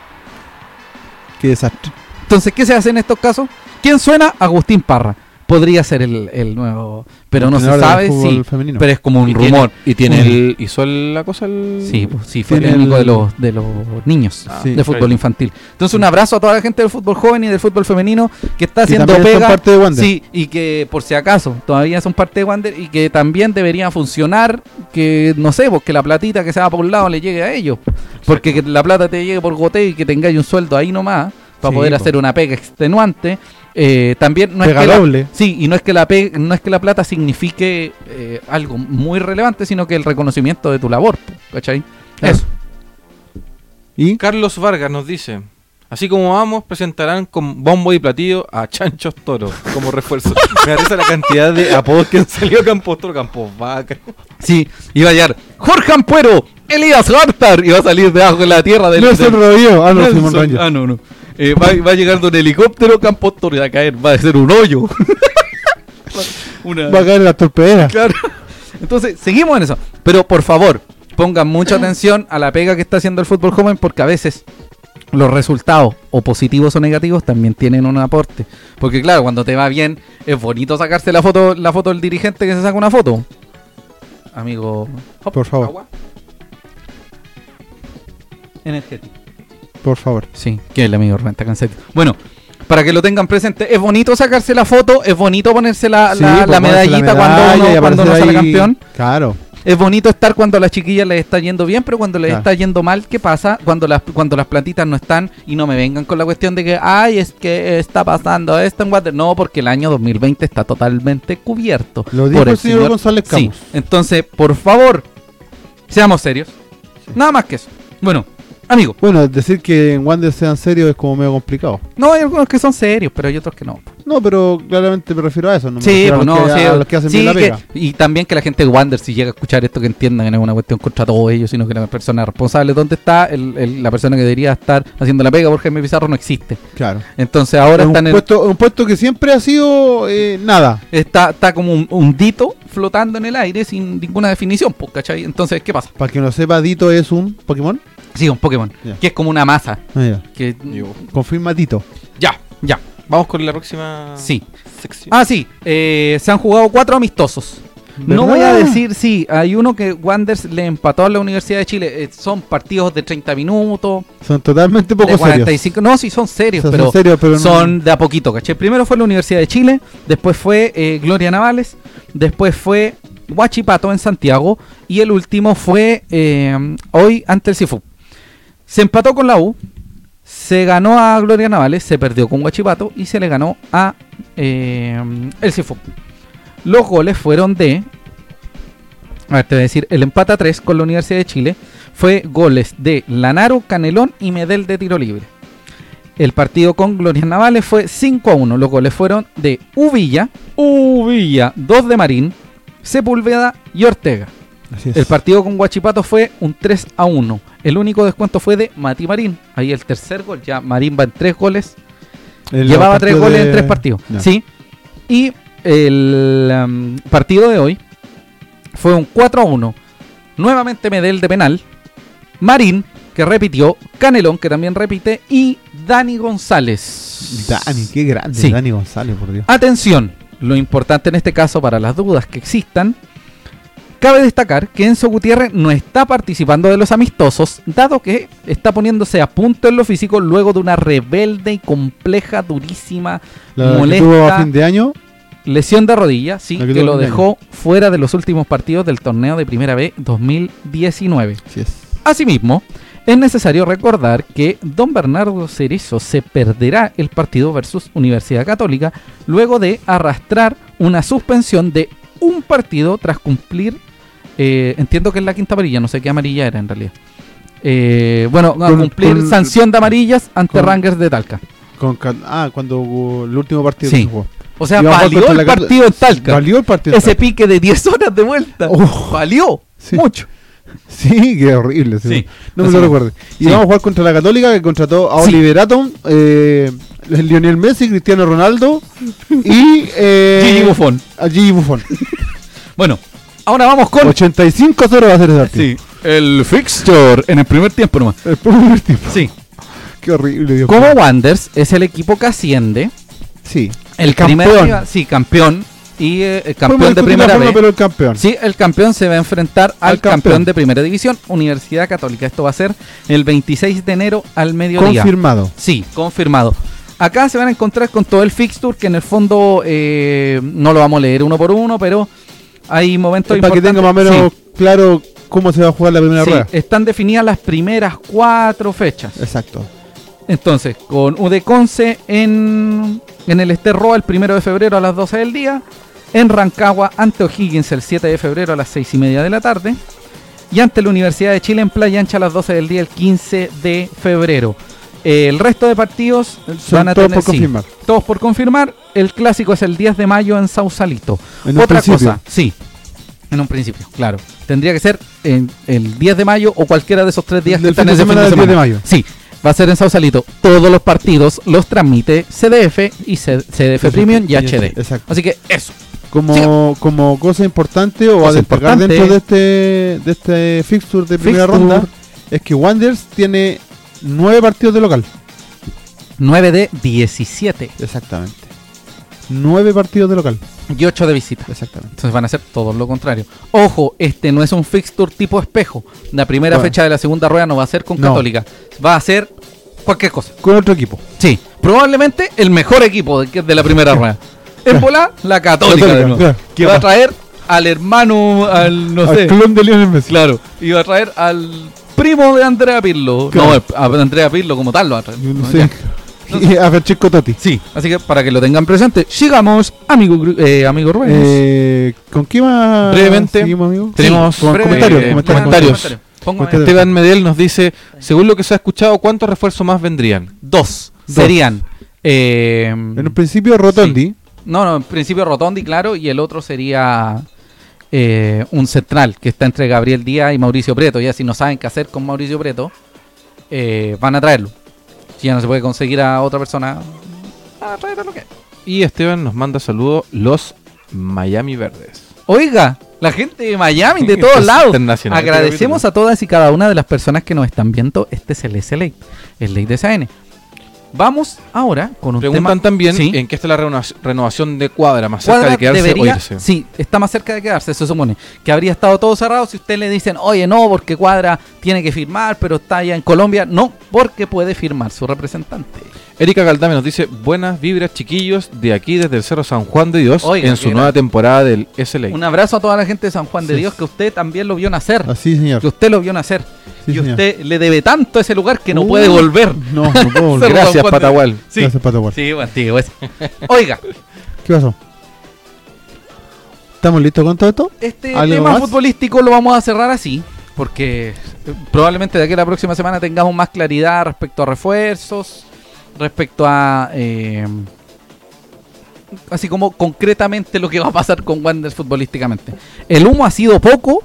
Speaker 1: Qué desastre.
Speaker 2: Entonces, ¿qué se hace en estos casos? ¿Quién suena? Agustín Parra. Podría ser el, el nuevo, pero no se
Speaker 1: Entrenador
Speaker 2: sabe,
Speaker 1: del fútbol
Speaker 2: sí.
Speaker 1: femenino.
Speaker 2: Pero es como un
Speaker 4: Y
Speaker 2: rumor.
Speaker 4: Tiene, y tiene
Speaker 2: Un-
Speaker 3: (laughs)
Speaker 4: el. ¿Hizo el- la cosa el.?
Speaker 2: Sí, pues, sí, fue el
Speaker 1: Tiene
Speaker 2: técnico
Speaker 1: el-
Speaker 2: de los, de los niños
Speaker 1: Ah, sí.
Speaker 2: de fútbol
Speaker 4: perfecto.
Speaker 2: infantil. Entonces, un abrazo a toda la gente del fútbol joven y del fútbol femenino que está
Speaker 1: Que
Speaker 2: haciendo
Speaker 1: también son
Speaker 2: pega.
Speaker 1: parte de Wander.
Speaker 2: Sí, y que por si acaso todavía son parte de Wander y que también debería funcionar, que no sé, porque la platita que se va por un lado le llegue a ellos. Porque que la plata te llegue por goteo y que tengáis un sueldo ahí nomás para
Speaker 1: Sí, pues.
Speaker 2: poder
Speaker 1: po.
Speaker 2: hacer una pega extenuante. Eh, también no es
Speaker 1: Pega
Speaker 2: que la-
Speaker 1: doble.
Speaker 2: sí, y no es que la pe- no es que la plata signifique eh, algo muy relevante, sino que el reconocimiento de tu labor, po, ¿cachai?
Speaker 1: Claro.
Speaker 2: Eso.
Speaker 1: ¿Y?
Speaker 2: Ah,
Speaker 3: Carlos Vargas nos dice, así como vamos, presentarán con bombo y platillo a Chanchos Toro como
Speaker 2: (laughs)
Speaker 3: refuerzo. Me arriesga la cantidad de apodos que han salido Campos Toro, Campos Vaca.
Speaker 2: Oh. Sí, iba a llegar Jorge Ampuero, Elías Gartar, y va a salir debajo de la tierra del,
Speaker 1: No es
Speaker 2: del-
Speaker 1: el rodillo. Ah, no,
Speaker 2: Nelson.
Speaker 1: Simón Rangel.
Speaker 2: Ah, no, no. Eh, va, va llegando un helicóptero, Campos Toro, y va a caer, va a ser un hoyo. (laughs) Una-
Speaker 1: Va a caer en la
Speaker 2: (laughs)
Speaker 1: torpedera.
Speaker 2: Claro. Entonces, seguimos en eso. Pero por favor, pongan (clears throat) mucha atención a la pega que está haciendo el fútbol joven, porque a veces los resultados, o positivos o negativos, también tienen un aporte. Porque claro, cuando te va bien, es bonito sacarse la foto, la foto del dirigente que se saca una foto. Amigo. Hop,
Speaker 1: Por favor.
Speaker 2: agua. Energético.
Speaker 1: Por favor.
Speaker 2: Sí, que el amigo Renta Cancetti. Bueno, para que lo tengan presente, es bonito sacarse la foto, es bonito ponerse la,
Speaker 1: Sí,
Speaker 2: la-
Speaker 1: pues,
Speaker 2: la
Speaker 1: ponerse
Speaker 2: medallita
Speaker 1: medalla
Speaker 2: cuando
Speaker 1: y
Speaker 2: uno, cuando uno
Speaker 1: aparecer
Speaker 2: sale
Speaker 1: ahí.
Speaker 2: campeón.
Speaker 1: Claro.
Speaker 2: Es bonito estar cuando a las chiquillas les está yendo bien, pero cuando les
Speaker 1: Claro.
Speaker 2: está yendo mal, ¿qué pasa? Cuando las, cuando las plantitas no están y no me vengan con la cuestión de que, ay, es que está pasando esto en Water. No, porque el año 2020 está totalmente cubierto.
Speaker 1: Lo dijo
Speaker 2: por
Speaker 1: el señor González Camus.
Speaker 2: Sí, entonces, por favor, seamos serios. Nada más que eso. Bueno, amigo,
Speaker 1: Bueno, decir que en Wander sean serios es como medio complicado.
Speaker 2: no hay algunos que son serios, pero hay otros que no.
Speaker 1: No, pero claramente me refiero a eso. No me
Speaker 2: Sí,
Speaker 1: refiero
Speaker 2: pues
Speaker 1: a los,
Speaker 2: no,
Speaker 1: que,
Speaker 2: sí,
Speaker 1: a los que hacen
Speaker 2: sí,
Speaker 1: bien la
Speaker 2: que-
Speaker 1: pega.
Speaker 2: y también que la gente de Wander, si llega a escuchar esto, que entiendan que no es una cuestión contra todos ellos, sino que la persona responsable, ¿dónde está? El- el- la persona que debería estar haciendo la pega por Jaime Pizarro no existe.
Speaker 1: Claro.
Speaker 2: Entonces ahora
Speaker 1: es un,
Speaker 2: está, en el-
Speaker 1: puesto, un puesto que siempre ha sido eh, nada.
Speaker 2: está, está como un, un dito flotando en el aire sin ninguna definición, pues, ¿cachai? Entonces, ¿qué pasa?
Speaker 1: Para que no sepa, Dito es un Pokémon.
Speaker 2: Sí, un Pokémon,
Speaker 1: Ya.
Speaker 2: que es como una masa,
Speaker 1: Ah, ya.
Speaker 2: que...
Speaker 1: Confirma Dito.
Speaker 3: Ya,
Speaker 2: Ya,
Speaker 3: vamos con la próxima
Speaker 2: sí.
Speaker 3: sección.
Speaker 2: Ah, sí, eh, se han jugado cuatro amistosos. No voy a
Speaker 1: ¿Verdad?
Speaker 2: decir, sí, hay uno que Wanders le empató a la Universidad de Chile. eh, son partidos de 30 minutos,
Speaker 1: Son totalmente
Speaker 2: de
Speaker 1: poco serios.
Speaker 2: 45. No, sí, son
Speaker 1: O
Speaker 2: serios,
Speaker 1: sea,
Speaker 2: pero,
Speaker 1: son serios, pero no-
Speaker 2: son de a poquito, ¿cachai? Primero fue la Universidad de Chile, después fue eh, Gloria Navales, después fue Huachipato en Santiago y el último fue eh, hoy ante el Cifu. Se empató con la U, se ganó a Gloria Navales, se perdió con Huachipato y se le ganó a eh, el Cifu. Los goles fueron de. A ver, te voy a decir, el empate a 3 con la Universidad de Chile fue goles de Lanaro, Canelón y Medel de tiro libre. El partido con Gloria Navales fue 5 a 1. Los goles fueron de Uvilla, Uvilla, 2 de Marín, Sepúlveda y Ortega.
Speaker 1: Así es.
Speaker 2: El partido con Guachipato fue un 3 a 1. El único descuento fue de Mati Marín. Ahí el tercer gol, ya Marín va en tres goles.
Speaker 1: El
Speaker 2: Llevaba tres
Speaker 1: partido
Speaker 2: goles
Speaker 1: de-
Speaker 2: en tres partidos.
Speaker 1: Ya.
Speaker 2: Sí. Y el am, partido de hoy fue un 4 a 1. Nuevamente Medel de penal. Marín, que repitió. Canelón, que también repite. Y Dani González.
Speaker 1: Dani, qué grande.
Speaker 2: Sí.
Speaker 1: Dani González, por Dios.
Speaker 2: Atención, lo importante en este caso para las dudas que existan, cabe destacar que Enzo Gutiérrez no está participando de los amistosos, dado que está poniéndose a punto en lo físico luego de una rebelde y compleja, durísima
Speaker 1: La que
Speaker 2: molesta.
Speaker 1: tuvo a fin de año.
Speaker 2: lesión de rodilla, sí,
Speaker 1: Lo que
Speaker 2: que
Speaker 1: tuvo
Speaker 2: lo
Speaker 1: el
Speaker 2: dejó fuera de los últimos partidos del torneo de Primera B 2019.
Speaker 1: Así es.
Speaker 2: Asimismo, es necesario recordar que don Bernardo Cerezo se perderá el partido versus Universidad Católica luego de arrastrar una suspensión de un partido tras cumplir, eh, entiendo que es la quinta amarilla, no sé qué amarilla era en realidad. Eh, bueno, a
Speaker 1: Con-
Speaker 2: cumplir
Speaker 1: con-
Speaker 2: sanción de amarillas ante
Speaker 1: con-
Speaker 2: Rangers de Talca.
Speaker 1: Con Can- ah, cuando hubo el último partido
Speaker 2: Sí.
Speaker 1: que jugó.
Speaker 2: O sea,
Speaker 1: Iba a jugar
Speaker 2: valió
Speaker 1: contra
Speaker 2: el
Speaker 1: la Cat-
Speaker 2: partido en Talca.
Speaker 1: Valió el partido.
Speaker 2: Ese pique de 10 horas de vuelta.
Speaker 1: Oh.
Speaker 2: valió
Speaker 1: Sí.
Speaker 2: mucho.
Speaker 1: Sí, (laughs) qué horrible. sí.
Speaker 2: Sí,
Speaker 1: No me
Speaker 2: así
Speaker 1: lo
Speaker 2: es.
Speaker 1: recuerde.
Speaker 2: Sí.
Speaker 1: Y vamos a jugar contra la Católica que contrató a
Speaker 2: Sí.
Speaker 1: Oliver Atom, eh, Lionel Messi, Cristiano
Speaker 2: (laughs)
Speaker 1: Ronaldo y eh,
Speaker 2: Gigi Buffon.
Speaker 1: a Gigi Buffon.
Speaker 2: Bueno, ahora vamos con
Speaker 1: 85 0 va a ser ese partido.
Speaker 2: Sí, el fixture en el primer tiempo nomás.
Speaker 1: El primer tiempo.
Speaker 2: Sí.
Speaker 1: Qué horrible. Dios
Speaker 2: Como
Speaker 1: mío.
Speaker 2: Wanders es el equipo que asciende,
Speaker 1: Sí.
Speaker 2: el
Speaker 1: Campeón.
Speaker 2: primer- sí, campeón y eh, el campeón
Speaker 1: Podemos
Speaker 2: de
Speaker 1: discutir la
Speaker 2: primera
Speaker 1: forma,
Speaker 2: B.
Speaker 1: Pero el campeón.
Speaker 2: Sí, el campeón se va a enfrentar al,
Speaker 1: Al
Speaker 2: campeón.
Speaker 1: campeón.
Speaker 2: de primera división, Universidad Católica. Esto va a ser el 26 de enero al mediodía.
Speaker 1: Confirmado.
Speaker 2: Sí, confirmado. Acá se van a encontrar con todo el fixture que en el fondo eh, no lo vamos a leer uno por uno, pero hay momentos
Speaker 1: para que tenga más o
Speaker 2: importantes.
Speaker 1: menos claro cómo se va a jugar la primera
Speaker 2: Sí, sí,
Speaker 1: rueda.
Speaker 2: están definidas las primeras cuatro fechas.
Speaker 1: Exacto.
Speaker 2: Entonces, con UD Conce en, en el Esterroa el 1 de febrero a las 12 del día. En Rancagua ante O'Higgins el 7 de febrero a las 6 y media de la tarde. Y ante la Universidad de Chile en Playa Ancha a las 12 del día el 15 de febrero. Eh, el resto de partidos
Speaker 1: Son
Speaker 2: van a
Speaker 1: todos
Speaker 2: tener,
Speaker 1: por
Speaker 2: sí,
Speaker 1: confirmar.
Speaker 2: todos por confirmar. El clásico es el 10 de mayo en Sausalito.
Speaker 1: En un
Speaker 2: Otra
Speaker 1: principio.
Speaker 2: cosa, sí. En un principio, claro. Tendría que ser en el 10 de mayo o cualquiera de esos tres días
Speaker 1: Del
Speaker 2: que están
Speaker 1: fin
Speaker 2: ese
Speaker 1: de semana
Speaker 2: fin
Speaker 1: del 10
Speaker 2: semana.
Speaker 1: de mayo.
Speaker 2: Sí, va a ser en Sausalito. Todos los partidos los transmite CDF y C- CDF Premium y HD.
Speaker 1: Exacto.
Speaker 2: Así que eso.
Speaker 1: Como, como cosa importante o a
Speaker 2: Cosa
Speaker 1: destacar
Speaker 2: importante.
Speaker 1: dentro de este, de este fixture de primera
Speaker 2: Fixture.
Speaker 1: ronda es que Wanderers tiene nueve partidos de local.
Speaker 2: 9 de 17
Speaker 1: Exactamente. Nueve partidos de local.
Speaker 2: y 8 de visita.
Speaker 1: Exactamente.
Speaker 2: Entonces van a ser todo lo contrario. Ojo, este no es un fixture tipo espejo. La primera
Speaker 1: Bueno.
Speaker 2: fecha de la segunda rueda no va a ser con
Speaker 1: No.
Speaker 2: Católica. Va a ser cualquier cosa.
Speaker 1: Con otro equipo.
Speaker 2: Sí, probablemente el mejor equipo de, de la primera rueda. En volar, la Católica,
Speaker 1: Católica,
Speaker 2: de nuevo,
Speaker 1: claro.
Speaker 2: Que va a traer al hermano, al no
Speaker 1: Al
Speaker 2: sé.
Speaker 1: clon de Lionel Messi.
Speaker 2: Claro, y va a traer al primo de Andrea Pirlo.
Speaker 1: Claro.
Speaker 2: No, a Andrea Pirlo como tal lo va a traer.
Speaker 1: Yo no
Speaker 2: ¿no?
Speaker 1: sé.
Speaker 2: Ya.
Speaker 1: (laughs) Y a Francisco Totti.
Speaker 2: Sí, así que para que lo tengan presente, sigamos, amigo, Gru- eh, amigo Rubén.
Speaker 1: Eh, ¿Con qué más
Speaker 3: Brevemente,
Speaker 1: seguimos, amigo?
Speaker 3: tenemos
Speaker 1: Sí, con
Speaker 3: breve-
Speaker 1: comentarios,
Speaker 3: eh,
Speaker 1: comentarios.
Speaker 3: comentarios.
Speaker 2: Póngame-
Speaker 1: Comentarios.
Speaker 3: Esteban Medel nos dice, según lo que se ha escuchado, ¿cuántos refuerzos más vendrían?
Speaker 2: Dos.
Speaker 1: Dos.
Speaker 2: Serían. eh,
Speaker 1: En un principio Rotondi,
Speaker 2: No, no, en principio Rotondi, claro, y el otro sería eh, un central que está entre Gabriel Díaz y Mauricio Preto. Ya si no saben qué hacer con Mauricio Preto, eh, van a traerlo. Si ya no se puede conseguir a otra persona, a traer a lo que.
Speaker 3: Y Esteban nos manda saludos los Miami Verdes.
Speaker 2: Oiga, la gente de Miami, de
Speaker 3: Esto
Speaker 2: todos
Speaker 3: (laughs) es
Speaker 2: lados.
Speaker 3: internacional.
Speaker 2: Agradecemos a todas y cada una de las personas que nos están viendo. Este es el SLA, el Ley de SAN. Vamos ahora con un
Speaker 3: Preguntan
Speaker 2: tema.
Speaker 3: también
Speaker 2: Sí.
Speaker 3: en qué está la reno- renovación de Cuadra, más
Speaker 2: Cuadra
Speaker 3: cerca de quedarse
Speaker 2: debería-
Speaker 3: o irse.
Speaker 2: Sí, está más cerca de quedarse, se supone. Que habría estado todo cerrado si usted le dicen, oye, no, porque Cuadra tiene que firmar, pero está allá en Colombia. No, porque puede firmar su representante.
Speaker 3: Erika Galdame nos dice, buenas vibras chiquillos de aquí desde el Cerro San Juan de Dios
Speaker 2: Oiga,
Speaker 3: en su
Speaker 2: qué
Speaker 3: nueva
Speaker 2: grande.
Speaker 3: temporada del SLA.
Speaker 2: Un abrazo a toda la gente de San Juan de
Speaker 1: Sí.
Speaker 2: Dios, que usted también lo vio nacer.
Speaker 1: Así, señor.
Speaker 2: Que usted lo vio nacer.
Speaker 1: Ah, Sí,
Speaker 2: y
Speaker 1: señor.
Speaker 2: usted le debe tanto a ese lugar que no
Speaker 1: Uh,
Speaker 2: puede volver.
Speaker 1: No, no puedo volver.
Speaker 2: Cerro San
Speaker 3: Gracias,
Speaker 2: Juan de-
Speaker 3: Patagual.
Speaker 2: Sí,
Speaker 1: Gracias, Pato Guarda.
Speaker 2: sí, bueno, tío, ese. Oiga,
Speaker 1: ¿Qué pasó? ¿Estamos listos con todo esto?
Speaker 2: Este
Speaker 1: ¿Algo
Speaker 2: tema
Speaker 1: más?
Speaker 2: futbolístico lo vamos a cerrar así, porque eh, probablemente de aquí a la próxima semana tengamos más claridad respecto a refuerzos, respecto a eh, así como concretamente lo que va a pasar con Wander futbolísticamente. El humo ha sido poco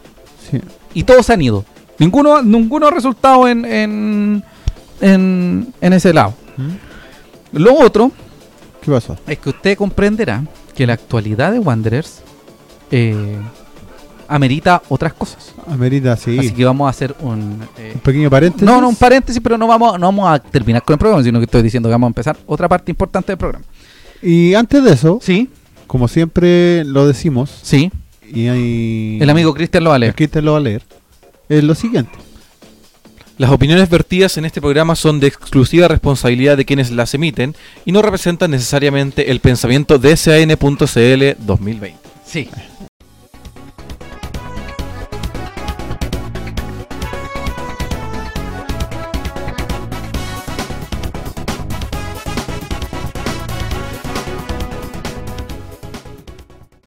Speaker 1: Sí.
Speaker 2: y todos se han ido. Ninguno, ninguno ha resultado en, en, en, en ese lado.
Speaker 1: ¿Mm?
Speaker 2: Lo otro
Speaker 1: ¿Qué pasó?
Speaker 2: es que usted comprenderá que la actualidad de Wanderers eh, amerita otras cosas.
Speaker 1: Amerita, sí.
Speaker 2: Así que vamos a hacer un... eh,
Speaker 1: Un pequeño paréntesis.
Speaker 2: no, no, un paréntesis, pero no vamos, no vamos a terminar con el programa, sino que estoy diciendo que vamos a empezar otra parte importante del programa.
Speaker 1: Y antes de eso,
Speaker 2: Sí,
Speaker 1: como siempre lo decimos,
Speaker 2: sí.
Speaker 1: y hay...
Speaker 2: El amigo Cristian lo vale.
Speaker 1: el Cristian lo va a leer, es lo siguiente.
Speaker 3: Las opiniones vertidas en este programa son de exclusiva responsabilidad de quienes las emiten y no representan necesariamente el pensamiento DCAN.cl 2020.
Speaker 2: Sí.